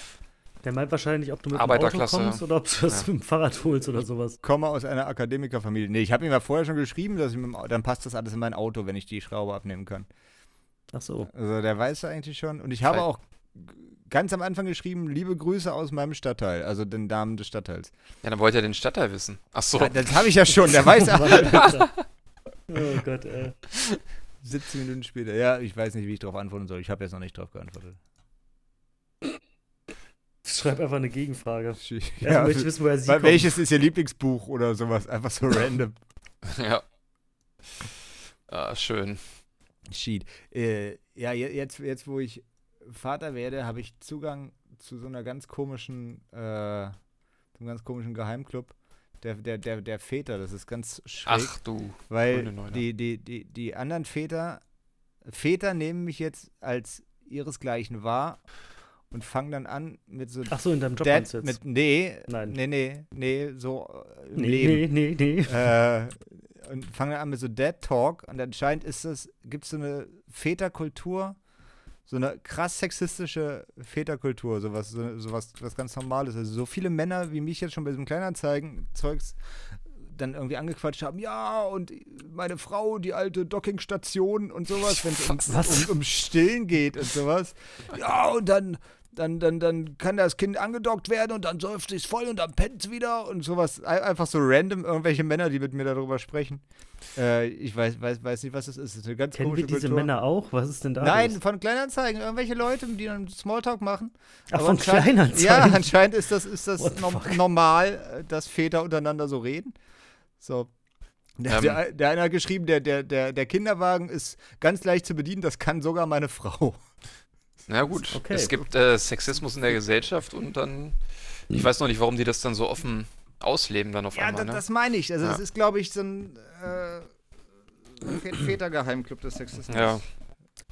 [SPEAKER 2] Der meint wahrscheinlich, ob du mit dem Auto
[SPEAKER 3] Arbeiterklasse.
[SPEAKER 2] kommst oder ob du das mit dem Fahrrad holst oder sowas.
[SPEAKER 1] komme aus einer Akademikerfamilie. Nee, ich habe ihm ja vorher schon geschrieben, dass ich mit dem, Au- dann passt das alles in mein Auto, wenn ich die Schraube abnehmen kann.
[SPEAKER 2] Ach so.
[SPEAKER 1] Also der weiß ja eigentlich schon. Und ich habe
[SPEAKER 3] Fein.
[SPEAKER 1] auch g- ganz am Anfang geschrieben, liebe Grüße aus meinem Stadtteil, also den Damen des Stadtteils.
[SPEAKER 3] Ja, dann wollte er den Stadtteil wissen. Ach so.
[SPEAKER 1] Ja, das habe ich ja schon, der weiß auch.
[SPEAKER 2] Oh Gott, ey.
[SPEAKER 1] 17 Minuten später, ja, ich weiß nicht, wie ich darauf antworten soll. Ich habe jetzt noch nicht darauf geantwortet.
[SPEAKER 2] Schreib einfach eine Gegenfrage. Erstmal
[SPEAKER 1] Ja,
[SPEAKER 2] möchte ich wissen, woher sie
[SPEAKER 1] weil
[SPEAKER 2] kommt.
[SPEAKER 1] welches ist ihr Lieblingsbuch oder sowas? Einfach so random.
[SPEAKER 3] Ja. Ah, schön.
[SPEAKER 1] Sheet. Äh, ja, je- jetzt, jetzt, wo ich Vater werde, habe ich Zugang zu so einer ganz komischen, äh, zum ganz komischen Geheimclub. Der, der, der, der Väter, das ist ganz schräg,
[SPEAKER 3] Ach du. grüne
[SPEAKER 1] weil
[SPEAKER 3] Neuner.
[SPEAKER 1] die, die, die, die anderen Väter, Väter nehmen mich jetzt als ihresgleichen wahr und fangen dann an mit so
[SPEAKER 2] Ach so, in deinem Job meinst
[SPEAKER 1] Dad,
[SPEAKER 2] du jetzt.
[SPEAKER 1] mit, nee,
[SPEAKER 2] Nein.
[SPEAKER 1] nee, nee, nee, so äh, im
[SPEAKER 2] nee,
[SPEAKER 1] Leben
[SPEAKER 2] nee, nee, nee.
[SPEAKER 1] äh, und fangen dann an mit so Dad Talk und anscheinend ist das, gibt es so eine Väterkultur, so eine krass sexistische Väterkultur, sowas, so, sowas, was ganz Normales. Also so viele Männer wie mich jetzt schon bei diesem Kleinanzeigen Zeugs dann irgendwie angequatscht haben, ja, und meine Frau, die alte Dockingstation und sowas, wenn es um,
[SPEAKER 2] Was?
[SPEAKER 1] um, um Stillen geht und sowas. Ja, und dann, dann, dann, dann kann das Kind angedockt werden und dann säuft sich's voll und dann pennt's wieder und sowas. Ei- Einfach so random irgendwelche Männer, die mit mir darüber sprechen. Äh, ich weiß, weiß, weiß nicht, was das ist. Das ist eine ganz
[SPEAKER 2] Kennen
[SPEAKER 1] komische
[SPEAKER 2] wir diese
[SPEAKER 1] Kultur.
[SPEAKER 2] Männer auch? Was ist denn da?
[SPEAKER 1] Nein,
[SPEAKER 2] los?
[SPEAKER 1] von Kleinanzeigen. Irgendwelche Leute, die dann Smalltalk machen.
[SPEAKER 2] Ach,
[SPEAKER 1] Aber
[SPEAKER 2] von
[SPEAKER 1] anscheinend-
[SPEAKER 2] Kleinanzeigen.
[SPEAKER 1] Ja, anscheinend ist das, ist das
[SPEAKER 2] What the
[SPEAKER 1] norm-
[SPEAKER 2] fuck?
[SPEAKER 1] normal, äh, dass Väter untereinander so reden. So. Der,
[SPEAKER 3] Ähm.
[SPEAKER 1] der, der eine hat geschrieben, der, der, der, der Kinderwagen ist ganz leicht zu bedienen, das kann sogar meine Frau.
[SPEAKER 3] Na gut.
[SPEAKER 2] Okay.
[SPEAKER 3] Es gibt äh, Sexismus in der Gesellschaft und dann. Ich weiß noch nicht, warum die das dann so offen ausleben dann auf
[SPEAKER 1] Ja,
[SPEAKER 3] einmal.
[SPEAKER 1] da,
[SPEAKER 3] ne?
[SPEAKER 1] das meine ich. Also,
[SPEAKER 3] Ja.
[SPEAKER 1] das ist, glaube ich, so ein äh, Vä- Vätergeheimclub des Sexismus.
[SPEAKER 3] Ja.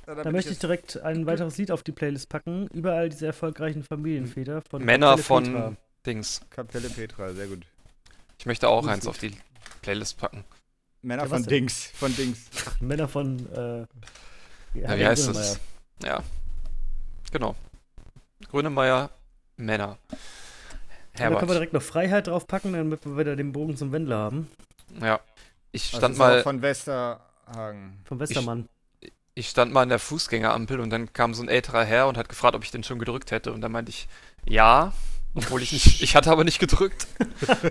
[SPEAKER 1] Da
[SPEAKER 2] Da möchte ich Mhm. direkt ein weiteres Lied auf die Playlist packen. Überall diese erfolgreichen Familienväter von
[SPEAKER 3] Männer
[SPEAKER 2] Kapelle Petra.
[SPEAKER 3] von Dings.
[SPEAKER 1] Kapelle Petra, sehr gut.
[SPEAKER 3] Ich möchte auch
[SPEAKER 1] Gut,
[SPEAKER 3] eins
[SPEAKER 1] gut.
[SPEAKER 3] auf die Playlist packen.
[SPEAKER 1] Männer
[SPEAKER 2] Ja,
[SPEAKER 1] von
[SPEAKER 2] was denn?
[SPEAKER 1] Dings. Von Dings.
[SPEAKER 2] Männer von äh,
[SPEAKER 3] Ja, wie
[SPEAKER 2] Herr
[SPEAKER 3] heißt
[SPEAKER 2] Grönemeyer.
[SPEAKER 3] das? Ja. Genau. Grönemeyer,
[SPEAKER 2] Ja,
[SPEAKER 3] Männer.
[SPEAKER 2] da können wir
[SPEAKER 3] Herbert.
[SPEAKER 2] direkt noch Freiheit draufpacken, damit wir wieder den Bogen zum Wendler haben.
[SPEAKER 3] Ja. Ich
[SPEAKER 1] Das
[SPEAKER 3] stand
[SPEAKER 1] Also ist auch
[SPEAKER 3] mal,
[SPEAKER 1] Von Westerhagen.
[SPEAKER 2] Vom Westermann.
[SPEAKER 3] ich stand mal in der Fußgängerampel und dann kam so ein älterer Herr und hat gefragt, ob ich den schon gedrückt hätte. Und dann meinte ich, ja, obwohl ich nicht, ich hatte aber nicht gedrückt.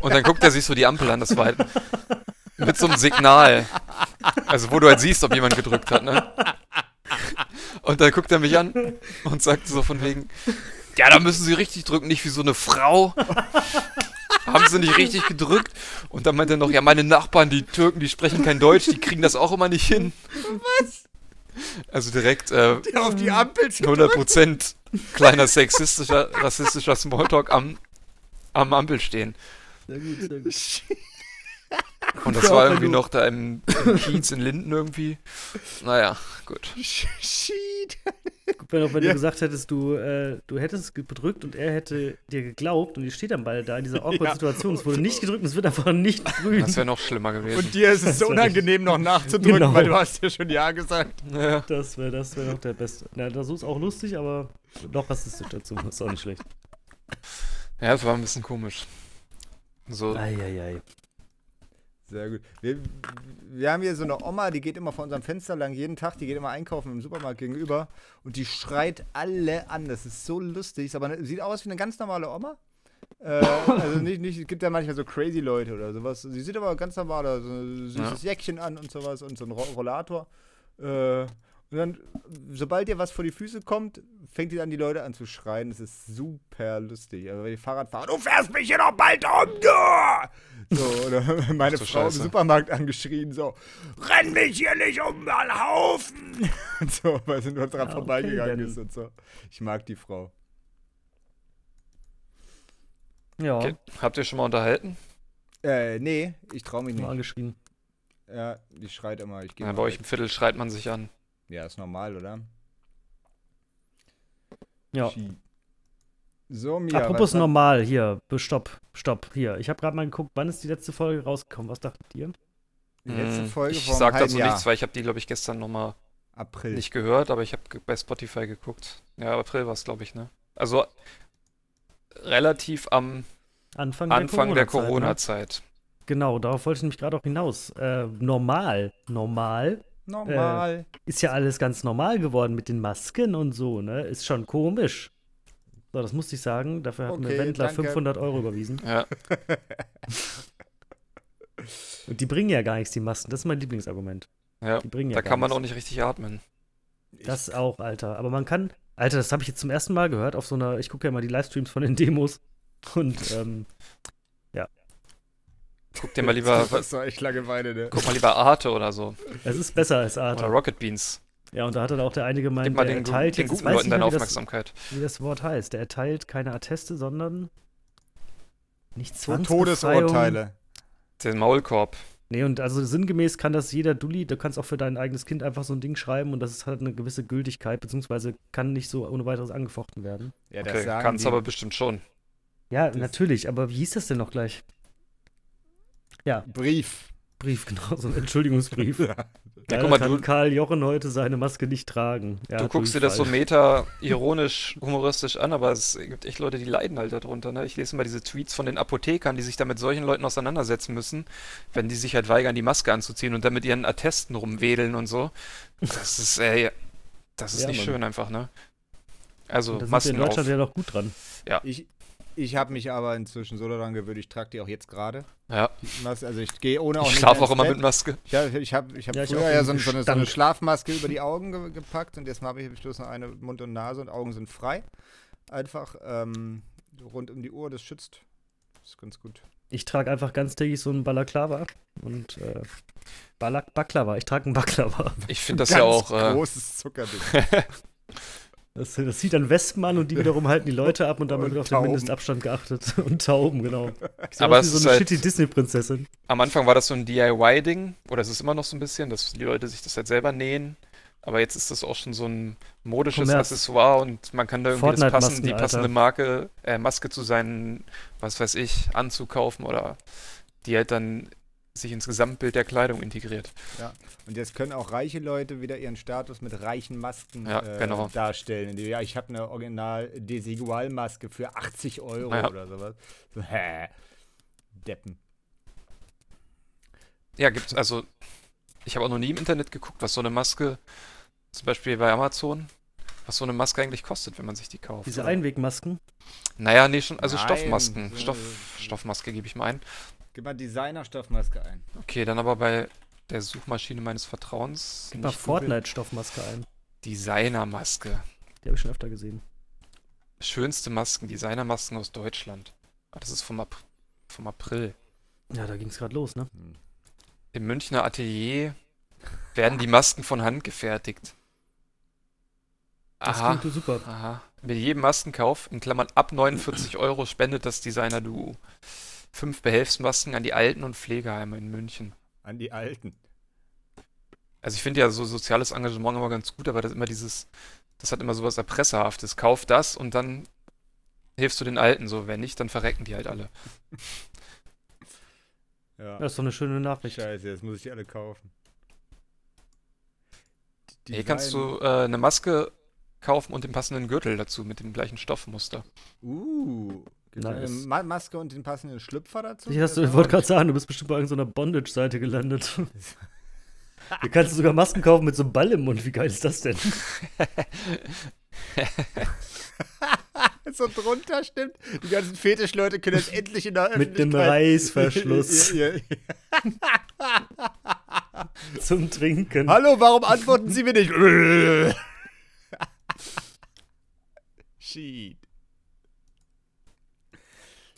[SPEAKER 3] Und dann guckt er sich so die Ampel an, das war halt mit so einem Signal. Also wo du halt siehst, ob jemand gedrückt hat, ne? Und dann guckt er mich an und sagt so von wegen, ja, da müssen sie richtig drücken, nicht wie so eine Frau. Haben sie nicht richtig gedrückt? Und dann meint er noch, ja, meine Nachbarn, die Türken, die sprechen kein Deutsch, die kriegen das auch immer nicht hin. Was? Also direkt äh,
[SPEAKER 1] Der auf die Ampel
[SPEAKER 3] 100% kleiner sexistischer, rassistischer Smalltalk am, am Ampel stehen.
[SPEAKER 2] Sehr gut, sehr gut.
[SPEAKER 3] Und das war irgendwie noch da im, im Kiez in Linden irgendwie. Naja, gut.
[SPEAKER 1] Schied.
[SPEAKER 2] Gut, wenn, auch wenn
[SPEAKER 1] Ja.
[SPEAKER 2] du gesagt hättest, du, äh, du hättest gedrückt und er hätte dir geglaubt und ihr steht dann beide da in dieser awkward
[SPEAKER 1] Ja.
[SPEAKER 2] Situation. Es wurde nicht gedrückt und es wird einfach nicht grün.
[SPEAKER 3] Das wäre noch schlimmer gewesen.
[SPEAKER 1] Und dir ist es so
[SPEAKER 2] wär
[SPEAKER 1] unangenehm, noch nachzudrücken,
[SPEAKER 2] Genau.
[SPEAKER 1] weil du hast ja schon Ja gesagt.
[SPEAKER 3] Naja.
[SPEAKER 2] Das wäre das wär noch der Beste. Na, das ist auch lustig, aber noch rassistisch dazu. Ist auch nicht schlecht.
[SPEAKER 3] Ja, das war ein bisschen komisch. So,
[SPEAKER 2] Eieiei.
[SPEAKER 1] Sehr gut. Wir, wir haben hier so eine Oma, die geht immer vor unserem Fenster lang jeden Tag, die geht immer einkaufen im Supermarkt gegenüber und die schreit alle an. Das ist so lustig, ist aber eine- sieht aus wie eine ganz normale Oma. Äh, also nicht, nicht, es gibt ja manchmal so crazy Leute oder sowas. Sie sieht aber ganz normal aus, so ein süßes Jäckchen an und sowas und so ein Ro- Rollator. Äh, und dann, sobald ihr was vor die Füße kommt, fängt ihr an, die Leute an zu schreien. Das ist super lustig. Aber wenn die Fahrrad fahren, du fährst mich hier doch bald um, du! So, oder meine
[SPEAKER 3] Ach du
[SPEAKER 1] Frau
[SPEAKER 3] Scheiße.
[SPEAKER 1] im Supermarkt angeschrien, so, renn mich hier nicht um einen Haufen! Und so, weil sie nur dran
[SPEAKER 2] Ja, okay,
[SPEAKER 1] vorbeigegangen
[SPEAKER 2] Danny.
[SPEAKER 1] ist und so. Ich mag die Frau.
[SPEAKER 2] Ja,
[SPEAKER 3] Okay. Habt ihr schon mal unterhalten?
[SPEAKER 1] Äh, nee, ich trau mich
[SPEAKER 2] mal
[SPEAKER 1] nicht.
[SPEAKER 2] angeschrieben.
[SPEAKER 1] Ja, die schreit immer, ich gehe
[SPEAKER 3] Ja, bei euch im Viertel schreit man sich an.
[SPEAKER 1] Ja, ist normal, oder?
[SPEAKER 2] Ja.
[SPEAKER 1] Schi- So, Mia.
[SPEAKER 2] Apropos
[SPEAKER 1] was hat-
[SPEAKER 2] normal, hier, be- stopp, stopp, hier. Ich habe gerade mal geguckt, wann ist die letzte Folge rausgekommen? Was dachtet ihr?
[SPEAKER 1] Die letzte
[SPEAKER 3] Mm,
[SPEAKER 1] Folge
[SPEAKER 3] ich
[SPEAKER 1] vom
[SPEAKER 3] sag
[SPEAKER 1] halben
[SPEAKER 3] dazu
[SPEAKER 1] Jahr.
[SPEAKER 3] nichts, weil ich habe die, glaube ich, gestern nochmal
[SPEAKER 1] April.
[SPEAKER 3] nicht gehört, aber ich habe bei Spotify geguckt. Ja, April war es, glaube ich, ne? Also relativ am
[SPEAKER 2] Anfang,
[SPEAKER 3] Anfang der
[SPEAKER 2] Corona-Zeit,
[SPEAKER 3] Corona-Zeit.
[SPEAKER 2] ne? Genau, darauf wollte ich nämlich gerade auch hinaus. Äh, normal, normal
[SPEAKER 1] Normal.
[SPEAKER 2] ist ja alles ganz normal geworden mit den Masken und so, ne? Ist schon komisch. So, das musste ich sagen. Dafür hat mir
[SPEAKER 1] Okay,
[SPEAKER 2] Wendler
[SPEAKER 1] danke.
[SPEAKER 2] 500 Euro überwiesen.
[SPEAKER 3] Ja,
[SPEAKER 2] Äh. Und die bringen ja gar nichts, die Masken. Das ist mein Lieblingsargument.
[SPEAKER 3] ja.
[SPEAKER 2] Die bringen ja
[SPEAKER 3] Da
[SPEAKER 2] gar
[SPEAKER 3] kann man
[SPEAKER 2] nichts.
[SPEAKER 3] auch nicht richtig atmen.
[SPEAKER 2] Das auch, Alter. Aber man kann, Alter, das habe ich jetzt zum ersten Mal gehört auf so einer, ich gucke ja mal die Livestreams von den Demos und ähm,
[SPEAKER 3] Guck dir mal lieber,
[SPEAKER 1] das war echt Langeweile, ne?
[SPEAKER 3] guck mal lieber Arte oder so.
[SPEAKER 2] es ist besser als
[SPEAKER 3] Oder
[SPEAKER 2] Arte.
[SPEAKER 3] Rocket Beans.
[SPEAKER 2] Ja, und da hat dann auch der eine gemeint,
[SPEAKER 3] Gib mal
[SPEAKER 2] der
[SPEAKER 3] den, gu-
[SPEAKER 2] erteilt
[SPEAKER 3] den
[SPEAKER 2] jetzt, ich
[SPEAKER 3] guten
[SPEAKER 2] weiß
[SPEAKER 3] Leuten
[SPEAKER 2] nicht mehr,
[SPEAKER 3] deine
[SPEAKER 2] wie das,
[SPEAKER 3] Aufmerksamkeit.
[SPEAKER 2] wie das Wort heißt, der erteilt keine Atteste, sondern nicht Zwangsbefreiung.
[SPEAKER 1] Todesurteile.
[SPEAKER 3] Den Maulkorb.
[SPEAKER 2] Nee, und also sinngemäß kann das jeder Dulli, du kannst auch für dein eigenes Kind einfach so ein Ding schreiben und das hat eine gewisse Gültigkeit, beziehungsweise kann nicht so ohne weiteres angefochten werden.
[SPEAKER 1] Ja, das
[SPEAKER 3] Okay,
[SPEAKER 1] sagen
[SPEAKER 3] kannst
[SPEAKER 1] die.
[SPEAKER 3] aber bestimmt schon.
[SPEAKER 2] Ja, natürlich, aber wie hieß das denn noch gleich? Ja,
[SPEAKER 1] Brief.
[SPEAKER 2] Brief, genau, so ein Entschuldigungsbrief. ja,
[SPEAKER 3] Ja,
[SPEAKER 2] guck
[SPEAKER 3] guck
[SPEAKER 2] mal,
[SPEAKER 3] mal,
[SPEAKER 2] kann
[SPEAKER 3] du-
[SPEAKER 2] Karl Jochen heute seine Maske nicht tragen. Ja,
[SPEAKER 3] du guckst dir das so
[SPEAKER 2] Durchfall.
[SPEAKER 3] meta-ironisch, humoristisch an, aber es gibt echt Leute, die leiden halt darunter. Ne? Ich lese immer diese Tweets von den Apothekern, die sich da mit solchen Leuten auseinandersetzen müssen, wenn die sich halt weigern, die Maske anzuziehen und dann mit ihren Attesten rumwedeln und so. Das ist, ey, das ist
[SPEAKER 2] Ja,
[SPEAKER 3] nicht
[SPEAKER 2] Mann.
[SPEAKER 3] schön einfach, ne? Also,
[SPEAKER 2] Und Da sind wir in
[SPEAKER 3] Masken auf.
[SPEAKER 2] Deutschland ja noch gut dran.
[SPEAKER 1] Ich, ich habe mich aber inzwischen so daran gewöhnt, ich trage die auch jetzt gerade.
[SPEAKER 3] Ja,
[SPEAKER 1] Was- Also ich gehe ohne auch
[SPEAKER 3] ich
[SPEAKER 1] nicht
[SPEAKER 3] schlafe
[SPEAKER 1] mehr
[SPEAKER 3] auch
[SPEAKER 1] ins
[SPEAKER 3] immer
[SPEAKER 1] Bett.
[SPEAKER 3] mit Maske.
[SPEAKER 1] Ich habe ich hab, ich hab
[SPEAKER 2] Ja, ich auch
[SPEAKER 1] früher ja so,
[SPEAKER 2] wegen
[SPEAKER 1] so, eine, so eine
[SPEAKER 2] Gestank.
[SPEAKER 1] Schlafmaske über die Augen ge gepackt und jetzt habe ich bloß noch eine Mund und Nase und Augen sind frei. Einfach ähm, rund um die Uhr, das schützt. Das ist ganz gut.
[SPEAKER 2] Ich trage einfach ganztägig so einen Balaklava und äh, Balak Baklava. Ich trage einen Baklava.
[SPEAKER 3] Ich finde das
[SPEAKER 1] ganz
[SPEAKER 3] ja auch. Äh,
[SPEAKER 1] großes Zuckerding.
[SPEAKER 2] Das, das sieht dann Wespen an und die wiederum halten die Leute ab und damit
[SPEAKER 1] Und
[SPEAKER 2] wird auf den
[SPEAKER 1] Tauben.
[SPEAKER 2] Mindestabstand geachtet. Und Tauben, genau. Ich
[SPEAKER 3] Aber
[SPEAKER 2] wie
[SPEAKER 3] es
[SPEAKER 2] so
[SPEAKER 3] ist
[SPEAKER 2] eine
[SPEAKER 3] halt-
[SPEAKER 2] shitty Disney-Prinzessin.
[SPEAKER 3] Am Anfang war das so ein DIY-Ding, oder es ist immer noch so ein bisschen, dass die Leute sich das halt selber nähen. Aber jetzt ist das auch schon so ein modisches
[SPEAKER 2] Kommerz.
[SPEAKER 3] Accessoire und man kann da irgendwie das
[SPEAKER 2] Fortnite-Masken,
[SPEAKER 3] passen, die
[SPEAKER 2] Alter.
[SPEAKER 3] passende Marke, äh, Maske zu seinen, was weiß ich, Anzug kaufen oder die halt dann sich ins Gesamtbild der Kleidung integriert.
[SPEAKER 1] Und jetzt können auch reiche Leute wieder ihren Status mit reichen Masken
[SPEAKER 3] Ja,
[SPEAKER 1] äh,
[SPEAKER 3] genau.
[SPEAKER 1] darstellen. indem- Ja, ich habe eine original Desigual-Maske für 80 Euro
[SPEAKER 3] Ja.
[SPEAKER 1] oder sowas. So, hä? Deppen.
[SPEAKER 3] Ja, gibt's, also, ich habe auch noch nie im Internet geguckt, was so eine Maske, zum Beispiel bei Amazon, was so eine Maske eigentlich kostet, wenn man sich die kauft.
[SPEAKER 2] Diese
[SPEAKER 3] oder?
[SPEAKER 2] Einwegmasken.
[SPEAKER 3] Naja, nee, schon, also
[SPEAKER 1] Nein,
[SPEAKER 3] Stoffmasken.
[SPEAKER 1] so-
[SPEAKER 3] Stoff, Stoffmaske gebe ich mal ein.
[SPEAKER 1] Gib mal Designer-Stoffmaske ein.
[SPEAKER 3] Okay, dann aber bei der Suchmaschine meines Vertrauens.
[SPEAKER 2] Gib mal
[SPEAKER 3] nicht Google.
[SPEAKER 2] Fortnite-Stoffmaske ein.
[SPEAKER 3] Designermaske.
[SPEAKER 2] Die habe ich schon öfter gesehen.
[SPEAKER 3] Schönste Masken, Designermasken aus Deutschland. Ah, das ist vom, Ap vom April.
[SPEAKER 2] Ja, da ging es gerade los, ne?
[SPEAKER 1] Hm.
[SPEAKER 3] Im Münchner Atelier werden die Masken von Hand gefertigt.
[SPEAKER 2] Das
[SPEAKER 3] Aha,
[SPEAKER 2] klingt super.
[SPEAKER 3] aha. Mit jedem Maskenkauf, in Klammern ab 49 Euro, spendet das Designer-Duo. Fünf Behelfsmasken an die Alten- und Pflegeheime in München.
[SPEAKER 1] An die Alten.
[SPEAKER 3] Also ich finde ja so soziales Engagement immer ganz gut, aber das ist immer dieses, das hat immer sowas Erpresserhaftes. Kauf das und dann hilfst du den Alten so. Wenn nicht, dann verrecken die halt alle.
[SPEAKER 1] Ja.
[SPEAKER 2] Das ist doch eine schöne Nachricht.
[SPEAKER 1] Scheiße, jetzt muss ich die alle kaufen.
[SPEAKER 3] Hier kannst du äh, eine Maske kaufen und den passenden Gürtel dazu mit dem gleichen Stoffmuster.
[SPEAKER 1] Uh,
[SPEAKER 2] Nice.
[SPEAKER 1] Ma Maske und den passenden Schlüpfer dazu?
[SPEAKER 2] Ich, hast du-
[SPEAKER 1] Das
[SPEAKER 2] ich wollte gerade sagen, du bist bestimmt bei irgendeiner Bondage-Seite gelandet. Du kannst sogar Masken kaufen mit so einem Ball im Mund. Wie geil ist das denn?
[SPEAKER 1] so drunter stimmt. Die ganzen Fetischleute können jetzt endlich in der
[SPEAKER 2] Mit dem
[SPEAKER 1] Öffentlichkeit-
[SPEAKER 2] Reißverschluss
[SPEAKER 1] Ja, ja, ja.
[SPEAKER 2] zum Trinken.
[SPEAKER 1] Hallo, warum antworten Sie mir nicht? Shit.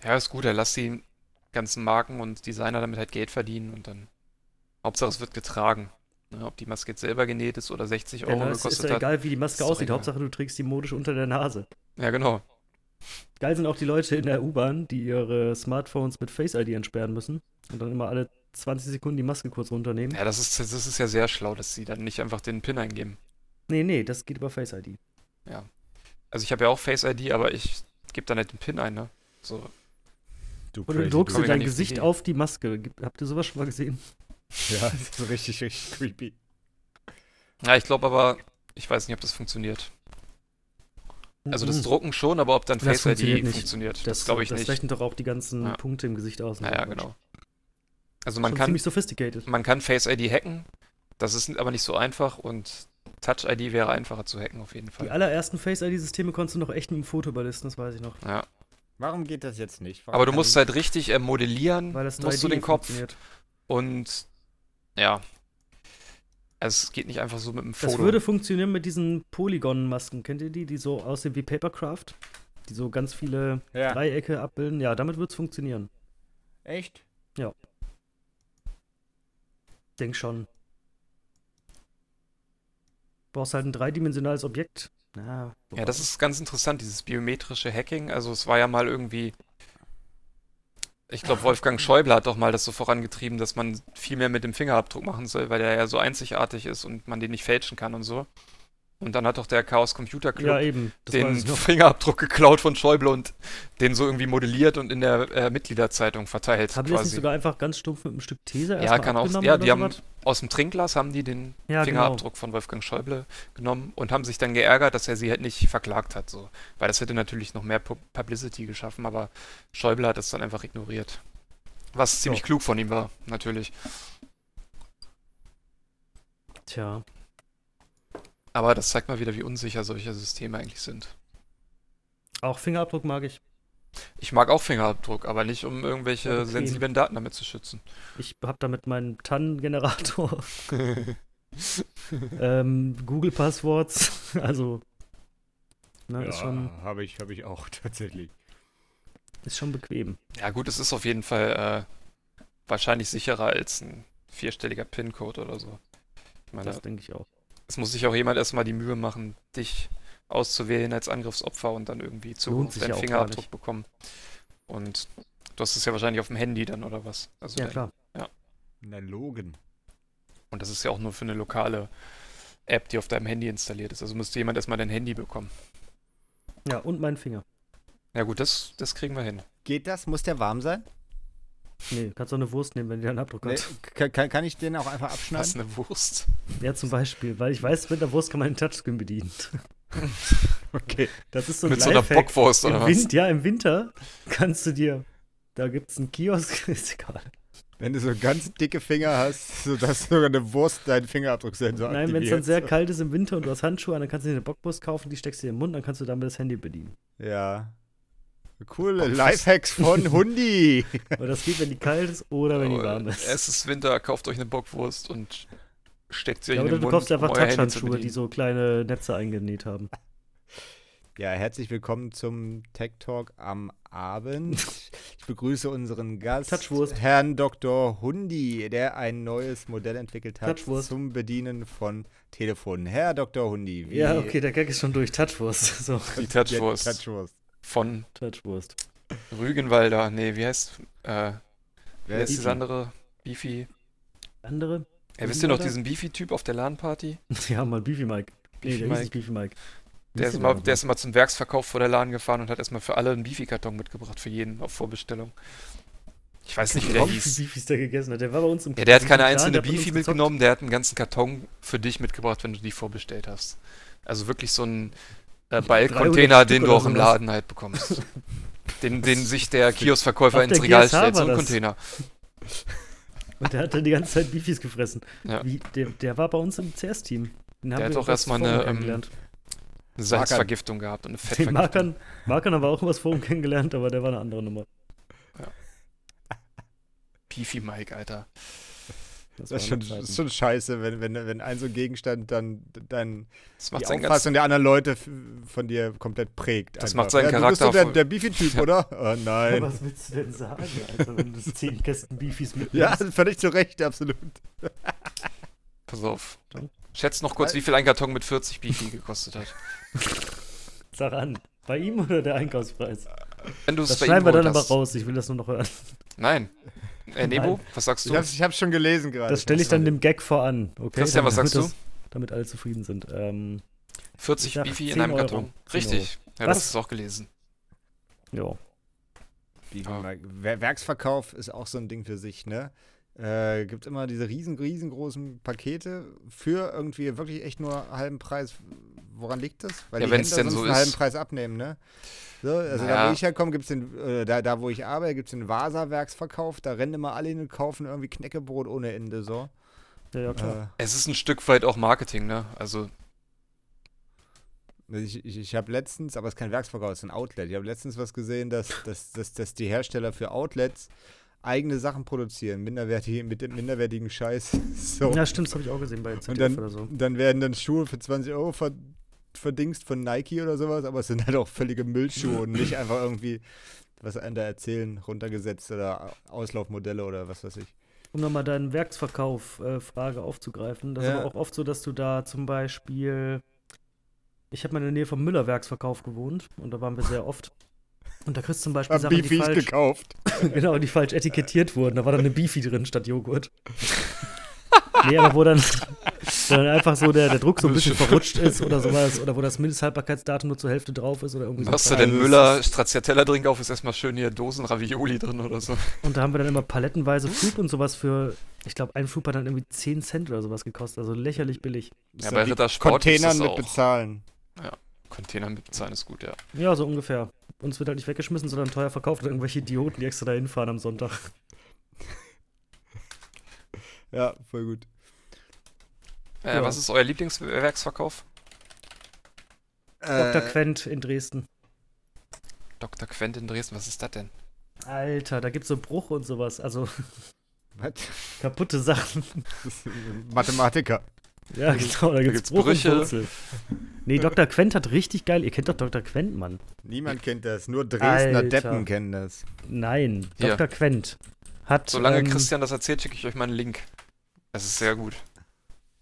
[SPEAKER 3] Ja, ist gut, dann lass die ganzen Marken und Designer damit halt Geld verdienen und dann. Hauptsache es wird getragen. Ne, ob die Maske jetzt selber genäht ist oder 60 Euro
[SPEAKER 2] Dennis, ist
[SPEAKER 3] gekostet
[SPEAKER 2] doch
[SPEAKER 3] hat.
[SPEAKER 2] egal, wie die
[SPEAKER 3] Genau, Ist
[SPEAKER 2] Maske
[SPEAKER 3] doch
[SPEAKER 2] aussieht.
[SPEAKER 3] egal.
[SPEAKER 2] Hauptsache, du trägst die modisch unter der Nase.
[SPEAKER 3] Ja, genau.
[SPEAKER 2] Geil sind auch die Leute in der U-Bahn, die ihre Smartphones mit Face ID entsperren müssen und dann immer alle 20 Sekunden die Maske kurz runternehmen.
[SPEAKER 3] Ja, das ist, das ist ja sehr schlau, dass sie dann nicht einfach den Pin eingeben.
[SPEAKER 2] Nee, nee, das geht über Face ID.
[SPEAKER 3] Also ich habe ja auch Face ID, aber ich gebe dann halt den Pin ein, ne? So.
[SPEAKER 2] Oder du druckst
[SPEAKER 3] Dude.
[SPEAKER 2] dir
[SPEAKER 3] Komm
[SPEAKER 2] dein
[SPEAKER 3] ich gar nicht auf die
[SPEAKER 2] Gesicht
[SPEAKER 3] Idee.
[SPEAKER 2] auf die Maske. Gibt- Habt ihr sowas schon mal gesehen?
[SPEAKER 1] Ja, das ist richtig, richtig creepy.
[SPEAKER 3] Ja, ich glaube aber, ich weiß nicht, ob das funktioniert. Also das Drucken schon, aber ob dann
[SPEAKER 2] Das
[SPEAKER 3] Face ID
[SPEAKER 2] funktioniert nicht.
[SPEAKER 3] funktioniert, das
[SPEAKER 2] Mhm. das
[SPEAKER 3] glaube ich
[SPEAKER 2] das
[SPEAKER 3] nicht.
[SPEAKER 2] rechnet doch auch die ganzen
[SPEAKER 3] Ja.
[SPEAKER 2] Punkte im Gesicht aus.
[SPEAKER 3] Naja, genau. Also man
[SPEAKER 2] Schon
[SPEAKER 3] kann,
[SPEAKER 2] ziemlich sophisticated.
[SPEAKER 3] man kann Face ID hacken, das ist aber nicht so einfach und Touch ID wäre einfacher zu hacken auf jeden
[SPEAKER 2] Die
[SPEAKER 3] Fall.
[SPEAKER 2] allerersten Face ID-Systeme konntest du noch echt mit dem Foto überlisten, das weiß ich noch.
[SPEAKER 3] Ja.
[SPEAKER 1] Warum geht das jetzt nicht? Warum
[SPEAKER 3] Aber du
[SPEAKER 1] kann
[SPEAKER 3] musst
[SPEAKER 1] ich-
[SPEAKER 3] halt richtig äh, modellieren,
[SPEAKER 2] also Weil das 3D
[SPEAKER 3] musst du den Kopf
[SPEAKER 2] funktioniert.
[SPEAKER 3] und ja. Also es geht nicht einfach so mit dem
[SPEAKER 2] Das
[SPEAKER 3] Foto.
[SPEAKER 2] würde funktionieren mit diesen Polygon-Masken. Kennt ihr die, die so aussehen wie Papercraft? Die so ganz viele
[SPEAKER 3] halt-
[SPEAKER 1] Ja.
[SPEAKER 2] Dreiecke abbilden. Ja, damit wird es funktionieren.
[SPEAKER 1] Echt?
[SPEAKER 2] Denk schon. Brauchst halt ein dreidimensionales Objekt. Na,
[SPEAKER 3] Ja, das ist ganz interessant, dieses biometrische Hacking. Also es war ja mal irgendwie, ich glaube, Wolfgang Schäuble hat doch mal das so vorangetrieben, dass man viel mehr mit dem Fingerabdruck machen soll, weil der ja so einzigartig ist und man den nicht fälschen kann und so. Und dann hat doch der Chaos Computer
[SPEAKER 2] ja
[SPEAKER 3] Club
[SPEAKER 2] eben. Das
[SPEAKER 3] den
[SPEAKER 2] weiß ich noch.
[SPEAKER 3] Fingerabdruck geklaut von Schäuble und den so irgendwie modelliert und in der äh, Mitgliederzeitung verteilt
[SPEAKER 2] Haben die das nicht
[SPEAKER 3] quasi.
[SPEAKER 2] sogar einfach ganz stumpf mit einem Stück These
[SPEAKER 3] Ja,
[SPEAKER 2] erstmal
[SPEAKER 3] kann auch-
[SPEAKER 2] abgenommen
[SPEAKER 3] ja,
[SPEAKER 2] oder
[SPEAKER 3] die haben-
[SPEAKER 2] sowas?
[SPEAKER 3] Aus dem Trinkglas haben die den
[SPEAKER 2] ja, genau.
[SPEAKER 3] Fingerabdruck von Wolfgang Schäuble genommen und haben sich dann geärgert, dass er sie halt nicht verklagt hat, so. Weil das hätte natürlich noch mehr Pu- Publicity geschaffen, aber Schäuble hat das dann einfach ignoriert. Was ziemlich klug von ihm war, natürlich.
[SPEAKER 2] Genau. Tja,
[SPEAKER 3] Aber das zeigt mal wieder, wie unsicher solche Systeme eigentlich sind.
[SPEAKER 2] auch Fingerabdruck mag ich.
[SPEAKER 3] Ich mag auch Fingerabdruck, aber nicht, um irgendwelche
[SPEAKER 2] Ja, okay.
[SPEAKER 3] sensiblen Daten damit zu schützen.
[SPEAKER 2] Ich hab damit meinen TAN-Generator, ähm, Google-Passworts, also ne, ist, schon,
[SPEAKER 1] Ja, habe ich, hab ich auch tatsächlich.
[SPEAKER 2] ist schon bequem.
[SPEAKER 3] ja gut, es ist auf jeden Fall äh, wahrscheinlich sicherer als ein vierstelliger PIN-Code oder so. Ich meine,
[SPEAKER 2] Das denke ich auch.
[SPEAKER 3] Es muss sich auch jemand erstmal die Mühe machen, dich auszuwählen als Angriffsopfer und dann irgendwie Zugriff
[SPEAKER 2] Lohnt
[SPEAKER 3] auf
[SPEAKER 2] sich
[SPEAKER 3] deinen
[SPEAKER 2] ja auch gar
[SPEAKER 3] Fingerabdruck
[SPEAKER 2] nicht.
[SPEAKER 3] bekommen. Und du hast es ja wahrscheinlich auf dem Handy dann oder was. Also
[SPEAKER 2] Ja,
[SPEAKER 3] dein-
[SPEAKER 2] klar.
[SPEAKER 1] Na, Logen.
[SPEAKER 3] Und das ist ja auch nur für eine lokale App, die auf deinem Handy installiert ist. Also müsste jemand erstmal dein Handy bekommen.
[SPEAKER 2] Ja, und meinen Finger.
[SPEAKER 3] Ja gut, das, das kriegen wir hin.
[SPEAKER 1] Geht das? Muss der warm sein?
[SPEAKER 2] Nee, kannst du eine Wurst nehmen, wenn die einen Abdruck
[SPEAKER 1] Nee,
[SPEAKER 2] hat.
[SPEAKER 1] kann, kann- kann ich den auch einfach abschneiden?
[SPEAKER 3] Was eine Wurst.
[SPEAKER 2] Ja, zum Beispiel, weil ich weiß, mit einer Wurst kann man den Touchscreen bedienen.
[SPEAKER 1] Okay.
[SPEAKER 2] Das ist so ein
[SPEAKER 3] Mit so einer
[SPEAKER 2] Lifehack.
[SPEAKER 3] Bockwurst oder
[SPEAKER 2] Im
[SPEAKER 3] was?
[SPEAKER 2] Wind, ja, im Winter kannst du dir, da gibt's einen Kiosk, ist egal.
[SPEAKER 1] Wenn du so ganz dicke Finger hast, sodass sogar eine Wurst deinen Fingerabdrucksensor
[SPEAKER 2] Nein, wenn es dann
[SPEAKER 1] aktiviert.
[SPEAKER 2] sehr kalt ist im Winter und du hast Handschuhe an, dann kannst du dir eine Bockwurst kaufen, die steckst du dir in den Mund, dann kannst du damit das Handy bedienen.
[SPEAKER 1] Ja. Coole Lifehacks von Hundi.
[SPEAKER 2] Aber das geht, wenn die kalt ist oder wenn die warm
[SPEAKER 3] Aber
[SPEAKER 2] ist.
[SPEAKER 3] Oh, Es ist Winter, kauft euch eine Bockwurst und steckt sie euch
[SPEAKER 2] ja,
[SPEAKER 3] in
[SPEAKER 2] oder
[SPEAKER 3] den
[SPEAKER 2] du
[SPEAKER 3] Mund,
[SPEAKER 2] kaufst einfach
[SPEAKER 3] um euer Handy zu
[SPEAKER 2] Touchhandschuhe, die
[SPEAKER 3] bedienen.
[SPEAKER 2] so kleine Netze eingenäht haben.
[SPEAKER 1] Ja, herzlich willkommen zum Tech Talk am Abend. Ich begrüße unseren Gast,
[SPEAKER 2] Touchwurst.
[SPEAKER 1] Herrn Dr. Hundi, der ein neues Modell entwickelt hat
[SPEAKER 2] Touchwurst.
[SPEAKER 1] zum Bedienen von Telefonen. Herr Dr. Hundi, wie
[SPEAKER 2] Ja, okay, der Gag ist schon durch. Touchwurst. So,
[SPEAKER 3] Die
[SPEAKER 1] Ja,
[SPEAKER 3] Touchwurst
[SPEAKER 1] Touchwurst.
[SPEAKER 3] von
[SPEAKER 2] Touchwurst.
[SPEAKER 3] Rügenwalder. Nee, wie heißt, äh, Wie
[SPEAKER 1] Wer
[SPEAKER 3] heißt
[SPEAKER 1] ist
[SPEAKER 3] dieses andere Beefy?
[SPEAKER 2] Andere?
[SPEAKER 3] Ja, wisst ihr noch
[SPEAKER 2] Rügenwalder?
[SPEAKER 3] diesen Beefy-Typ auf der LAN-Party?
[SPEAKER 2] Ja, mal Beefy Mike. Nee, der
[SPEAKER 3] Beefy
[SPEAKER 2] hieß nicht
[SPEAKER 3] Mike.
[SPEAKER 2] Beefy Mike.
[SPEAKER 3] Der
[SPEAKER 2] Wisst ihr
[SPEAKER 3] ist, immer,
[SPEAKER 2] noch?
[SPEAKER 3] der ist immer zum Werksverkauf vor der LAN gefahren und hat erstmal für alle einen Beefy-Karton mitgebracht, für jeden auf Vorbestellung. Ich weiß nicht, wie der
[SPEAKER 2] Warum wie
[SPEAKER 3] hieß.
[SPEAKER 2] viele Beefys der gegessen hat. Der war bei uns im
[SPEAKER 3] Ja, der hat
[SPEAKER 2] im
[SPEAKER 3] keine
[SPEAKER 2] Laden,
[SPEAKER 3] einzelne
[SPEAKER 2] hat mit uns
[SPEAKER 3] Beefy
[SPEAKER 2] gezockt.
[SPEAKER 3] mitgenommen, der hat einen ganzen Karton für dich mitgebracht, wenn du die vorbestellt hast. Also wirklich so ein äh, Ballcontainer,
[SPEAKER 2] Stück
[SPEAKER 3] den du
[SPEAKER 2] oder
[SPEAKER 3] auch im
[SPEAKER 2] sowas.
[SPEAKER 3] Laden halt bekommst. Den, den sich der Kioskverkäufer
[SPEAKER 2] Auf
[SPEAKER 3] ins
[SPEAKER 2] der
[SPEAKER 3] Regal
[SPEAKER 2] GSH
[SPEAKER 3] stellt, so
[SPEAKER 2] war
[SPEAKER 3] ein
[SPEAKER 2] das.
[SPEAKER 3] Container.
[SPEAKER 2] Und der hat dann die ganze Zeit Beefies gefressen.
[SPEAKER 3] Ja.
[SPEAKER 2] Wie, der, der war bei uns im CS-Team. Den haben
[SPEAKER 3] hat
[SPEAKER 2] wir
[SPEAKER 3] doch erst mal
[SPEAKER 2] kurz vor ihm
[SPEAKER 3] eine, ähm,
[SPEAKER 2] kennengelernt.
[SPEAKER 3] Eine Salzvergiftung gehabt und eine
[SPEAKER 2] Den
[SPEAKER 3] Fettvergiftung.
[SPEAKER 2] Markern, Markern haben wir auch was vor ihm kennengelernt, aber der war eine andere Nummer.
[SPEAKER 3] Pifi Mike, Alter.
[SPEAKER 1] Das ist schon, das
[SPEAKER 2] waren
[SPEAKER 1] ist
[SPEAKER 2] Zeiten.
[SPEAKER 1] schon scheiße, wenn, wenn, wenn ein so ein Gegenstand dann dein,
[SPEAKER 3] Das
[SPEAKER 1] die
[SPEAKER 3] macht seinen ganzen
[SPEAKER 1] Auffassung der anderen Leute f- von dir komplett prägt.
[SPEAKER 3] Das
[SPEAKER 1] einfach.
[SPEAKER 3] macht seinen
[SPEAKER 1] ja, Du bist doch
[SPEAKER 3] Charakter
[SPEAKER 1] der, der Beefy-Typ, oder? Oh
[SPEAKER 2] Aber
[SPEAKER 1] nein.
[SPEAKER 2] Was willst du denn sagen, Alter, wenn du zehn Kästen Beefies
[SPEAKER 1] Ja,
[SPEAKER 2] mitnimmst?
[SPEAKER 1] völlig zu Recht, absolut.
[SPEAKER 3] Pass auf. Schätzt noch kurz, wie viel ein Karton mit 40 Bifi gekostet hat.
[SPEAKER 2] Sag an. Bei ihm oder der Einkaufspreis?
[SPEAKER 3] Wenn du es
[SPEAKER 2] Das
[SPEAKER 3] bei
[SPEAKER 2] schneiden
[SPEAKER 3] ihm
[SPEAKER 2] wir dann
[SPEAKER 3] geholt
[SPEAKER 2] aber
[SPEAKER 3] hast.
[SPEAKER 2] raus, ich will das nur noch hören.
[SPEAKER 3] Nein. Äh, Nebo,
[SPEAKER 2] Nein.
[SPEAKER 3] was sagst
[SPEAKER 1] Ich
[SPEAKER 3] du?
[SPEAKER 1] hab's, ich hab's schon gelesen gerade.
[SPEAKER 2] Das stelle ich dann dem Gag voran. Okay,
[SPEAKER 3] Christian, was
[SPEAKER 2] damit
[SPEAKER 3] sagst
[SPEAKER 2] das- Damit alle zufrieden sind. Ähm, ich
[SPEAKER 3] 40
[SPEAKER 2] sag
[SPEAKER 3] Bifi
[SPEAKER 2] 10
[SPEAKER 3] in einem
[SPEAKER 2] Euro.
[SPEAKER 3] Karton.
[SPEAKER 2] 10
[SPEAKER 3] Richtig. Ja,
[SPEAKER 2] Was?
[SPEAKER 3] das ist auch gelesen.
[SPEAKER 2] ja.
[SPEAKER 1] Beefy Mike. Wer- Werksverkauf ist auch so ein Ding für sich, ne? Äh, gibt immer diese riesen, riesengroßen Pakete für irgendwie wirklich echt nur halben Preis. Woran liegt das? Weil
[SPEAKER 3] Ja,
[SPEAKER 1] die
[SPEAKER 3] wenn's
[SPEAKER 1] Händler
[SPEAKER 3] denn
[SPEAKER 1] sonst
[SPEAKER 3] so
[SPEAKER 1] einen halben
[SPEAKER 3] ist.
[SPEAKER 1] Preis abnehmen, ne? So, also da,
[SPEAKER 3] Naja.
[SPEAKER 1] wo ich herkomme, gibt's den, äh, da, da, wo ich arbeite, gibt's den Vasa-Werksverkauf. Da rennen immer alle hin und kaufen irgendwie Knäckebrot ohne Ende, so.
[SPEAKER 2] Ja, ja, klar.
[SPEAKER 1] Äh,
[SPEAKER 3] Es ist ein Stück weit auch Marketing, ne? Also,
[SPEAKER 1] Ne, Ich, ich, ich habe letztens, aber es ist kein Werksverkauf, es ist ein Outlet. Ich habe letztens was gesehen, dass, dass, dass, dass die Hersteller für Outlets eigene Sachen produzieren, minderwertige, mit dem minderwertigen Scheiß. So.
[SPEAKER 2] Ja, stimmt, das habe ich auch gesehen bei ZDF
[SPEAKER 1] Und dann,
[SPEAKER 2] oder so.
[SPEAKER 1] dann werden dann Schuhe für 20 Euro ver, verdingst von Nike oder sowas, aber es sind halt auch völlige Müllschuhe und nicht einfach irgendwie, was einem da erzählen, runtergesetzt oder Auslaufmodelle oder was weiß ich.
[SPEAKER 2] Um nochmal deinen Werksverkauf-Frage aufzugreifen, das ist
[SPEAKER 1] Ja.
[SPEAKER 2] aber auch oft so, dass du da zum Beispiel. Ich habe mal in der Nähe vom Müller-Werksverkauf gewohnt und da waren wir sehr oft. Und da kriegst du zum Beispiel
[SPEAKER 1] Hab
[SPEAKER 2] Sachen, die
[SPEAKER 1] Beefies
[SPEAKER 2] falsch,
[SPEAKER 1] gekauft.
[SPEAKER 2] genau, die falsch etikettiert wurden. Da war dann eine Beefy drin statt Joghurt. nee, aber wo dann, wo dann einfach so der, der Druck so ein bisschen verrutscht ist oder sowas, oder wo das Mindesthaltbarkeitsdatum nur zur Hälfte drauf ist oder irgendwie so.
[SPEAKER 3] hast du
[SPEAKER 2] Kram.
[SPEAKER 3] denn
[SPEAKER 1] es
[SPEAKER 3] Müller, Stracciatella drin auf, ist erstmal schön hier Dosen Ravioli drin oder so.
[SPEAKER 2] Und da haben wir dann immer palettenweise Flug und sowas für, ich glaube, ein Flug hat dann irgendwie 10 Cent oder sowas gekostet, also lächerlich billig.
[SPEAKER 3] Ja,
[SPEAKER 1] So
[SPEAKER 3] bei
[SPEAKER 1] die
[SPEAKER 3] Rittersport ist
[SPEAKER 1] Containern
[SPEAKER 3] das
[SPEAKER 1] mit
[SPEAKER 3] auch.
[SPEAKER 1] bezahlen.
[SPEAKER 3] Container mit bezahlen ist gut, ja.
[SPEAKER 2] Ja, so ungefähr. Uns wird halt nicht weggeschmissen, sondern teuer verkauft an irgendwelche Idioten, die extra da hinfahren am Sonntag.
[SPEAKER 1] Ja, voll gut.
[SPEAKER 3] Äh,
[SPEAKER 2] Ja.
[SPEAKER 3] Was ist euer Lieblingswerksverkauf? Äh.
[SPEAKER 2] Dr. Quent in Dresden.
[SPEAKER 3] Dr. Quent in Dresden, was ist das denn?
[SPEAKER 2] Alter, da gibt's so Bruch und sowas, also
[SPEAKER 1] Was?
[SPEAKER 2] kaputte Sachen.
[SPEAKER 1] Mathematiker.
[SPEAKER 2] Ja, genau, da
[SPEAKER 3] gibt's
[SPEAKER 2] gibt's Bruch
[SPEAKER 3] Brüche.
[SPEAKER 2] und Wurzel. Nee, Dr. Quent hat richtig geil, ihr kennt doch Dr. Quent, Mann.
[SPEAKER 1] Niemand kennt das, nur Dresdner
[SPEAKER 2] Alter.
[SPEAKER 1] Deppen kennen das.
[SPEAKER 2] Nein,
[SPEAKER 3] Hier.
[SPEAKER 2] Dr. Quent hat
[SPEAKER 3] Solange
[SPEAKER 2] ähm,
[SPEAKER 3] Christian das erzählt, schicke ich euch mal einen Link. Das ist sehr gut.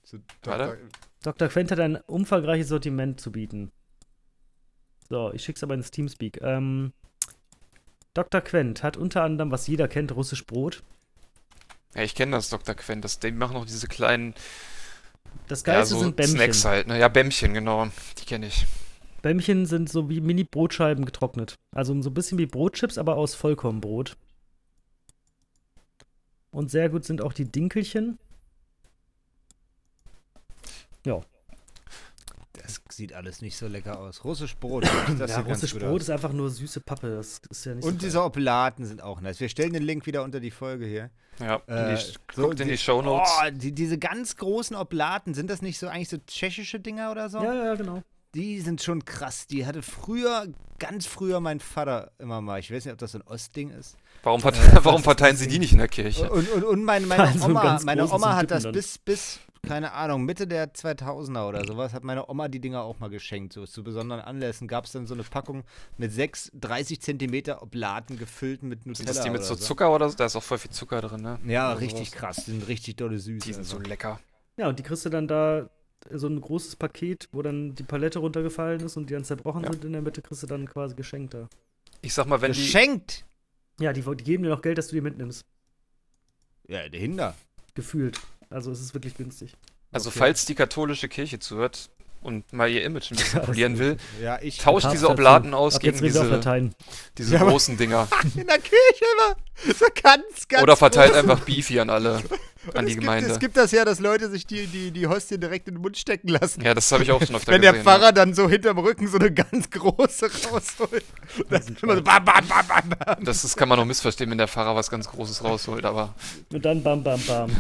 [SPEAKER 1] Zu
[SPEAKER 3] Warte.
[SPEAKER 2] Dr. Quent hat ein umfangreiches Sortiment zu bieten. So, ich schick's aber ins Teamspeak. Ähm, Dr. Quent hat unter anderem, was jeder kennt, russisch Brot.
[SPEAKER 3] Ja, ich kenne das Dr. Quent. Das, die machen auch diese kleinen
[SPEAKER 2] Das
[SPEAKER 3] ja,
[SPEAKER 2] Geilste
[SPEAKER 3] so
[SPEAKER 2] sind Bämmchen.
[SPEAKER 3] Snacks halt. Ne? Ja, Bämmchen, genau. Die kenne ich.
[SPEAKER 2] Bämmchen sind so wie Mini-Brotscheiben getrocknet. Also so ein bisschen wie Brotchips, aber aus Vollkornbrot. Und sehr gut sind auch die Dinkelchen.
[SPEAKER 1] Das sieht alles nicht so lecker aus. Russisch Brot. Das
[SPEAKER 2] ja, russisch Brot ist einfach nur süße Pappe. Das ist ja nicht
[SPEAKER 1] Und
[SPEAKER 2] so
[SPEAKER 1] diese Oblaten sind auch nice. Wir stellen den Link wieder unter die Folge hier.
[SPEAKER 3] Ja, in
[SPEAKER 1] Äh,
[SPEAKER 3] die, guckt in die
[SPEAKER 1] Oh,
[SPEAKER 3] Shownotes.
[SPEAKER 1] die, diese ganz großen Oblaten, sind das nicht so eigentlich so tschechische Dinger oder so?
[SPEAKER 2] geil. Ja, ja, ja, genau.
[SPEAKER 1] Die sind schon krass. Die hatte früher, ganz früher mein Vater immer mal. Ich weiß nicht, ob das so ein Ostding ist.
[SPEAKER 3] Warum, verte-
[SPEAKER 1] Äh, Oh,
[SPEAKER 3] warum
[SPEAKER 1] das-
[SPEAKER 3] verteilen sie die nicht in der Kirche?
[SPEAKER 1] Und, und, und meine, meine
[SPEAKER 2] Also einen
[SPEAKER 1] Oma,
[SPEAKER 2] ganz
[SPEAKER 1] meine
[SPEAKER 2] großen
[SPEAKER 1] Oma
[SPEAKER 2] zum
[SPEAKER 1] hat
[SPEAKER 2] Tippen
[SPEAKER 1] das
[SPEAKER 2] dann.
[SPEAKER 1] bis, bis, keine Ahnung, Mitte der 2000er oder sowas, hat meine Oma die Dinger auch mal geschenkt. So zu besonderen Anlässen gab es dann so eine Packung mit sechs 30 Zentimeter Oblaten gefüllt mit
[SPEAKER 3] Sind
[SPEAKER 1] Nutella.
[SPEAKER 3] das die mit
[SPEAKER 1] oh. oder
[SPEAKER 3] so Zucker oder so? Da ist auch voll viel Zucker drin, ne?
[SPEAKER 1] Ja,
[SPEAKER 3] Oder
[SPEAKER 1] richtig
[SPEAKER 3] sowas.
[SPEAKER 1] krass. Die sind richtig dolle süß. also.
[SPEAKER 3] Die sind so
[SPEAKER 1] einfach.
[SPEAKER 3] lecker.
[SPEAKER 2] Ja, und die kriegst du dann da äh, so ein großes Paket, wo dann die Palette runtergefallen ist und die dann zerbrochen
[SPEAKER 3] Ja.
[SPEAKER 2] sind. In der Mitte kriegst du dann quasi geschenkt da.
[SPEAKER 3] Ich sag mal, wenn die,
[SPEAKER 1] Geschenkt!
[SPEAKER 2] Ja, die, die geben dir noch Geld, dass du die mitnimmst.
[SPEAKER 1] Ja, der Hinder.
[SPEAKER 2] Gefühlt. Also es ist wirklich günstig.
[SPEAKER 3] also
[SPEAKER 1] Okay.
[SPEAKER 3] falls die katholische Kirche zuhört und mal ihr Image ein
[SPEAKER 2] Ja,
[SPEAKER 3] bisschen
[SPEAKER 2] das-
[SPEAKER 3] polieren will,
[SPEAKER 1] Ja, ich.
[SPEAKER 3] tauscht diese Oblaten aus
[SPEAKER 2] Ab
[SPEAKER 3] gegen
[SPEAKER 2] jetzt reden wir auf
[SPEAKER 3] diese,
[SPEAKER 2] Latein.
[SPEAKER 3] diese
[SPEAKER 1] Ja, aber-
[SPEAKER 3] großen Dinger.
[SPEAKER 1] In der Kirche immer. So ganz, ganz.
[SPEAKER 3] Oder verteilt
[SPEAKER 1] groß.
[SPEAKER 3] einfach Beefy an alle.
[SPEAKER 1] Und
[SPEAKER 3] an
[SPEAKER 1] es
[SPEAKER 3] die
[SPEAKER 1] gibt,
[SPEAKER 3] Gemeinde.
[SPEAKER 1] Es gibt das ja, dass Leute sich die, die, die Hostie direkt in den Mund stecken lassen.
[SPEAKER 3] ja, das habe ich auch schon öfter
[SPEAKER 1] Wenn
[SPEAKER 3] gesehen. ne?
[SPEAKER 1] der
[SPEAKER 3] ja.
[SPEAKER 1] Pfarrer dann so hinterm Rücken so eine ganz große rausholt. Das ist immer so bam, bam, bam, bam, bam.
[SPEAKER 3] Das, das kann man noch missverstehen, wenn der Pfarrer was ganz Großes rausholt, aber
[SPEAKER 2] Und dann bam, bam, bam.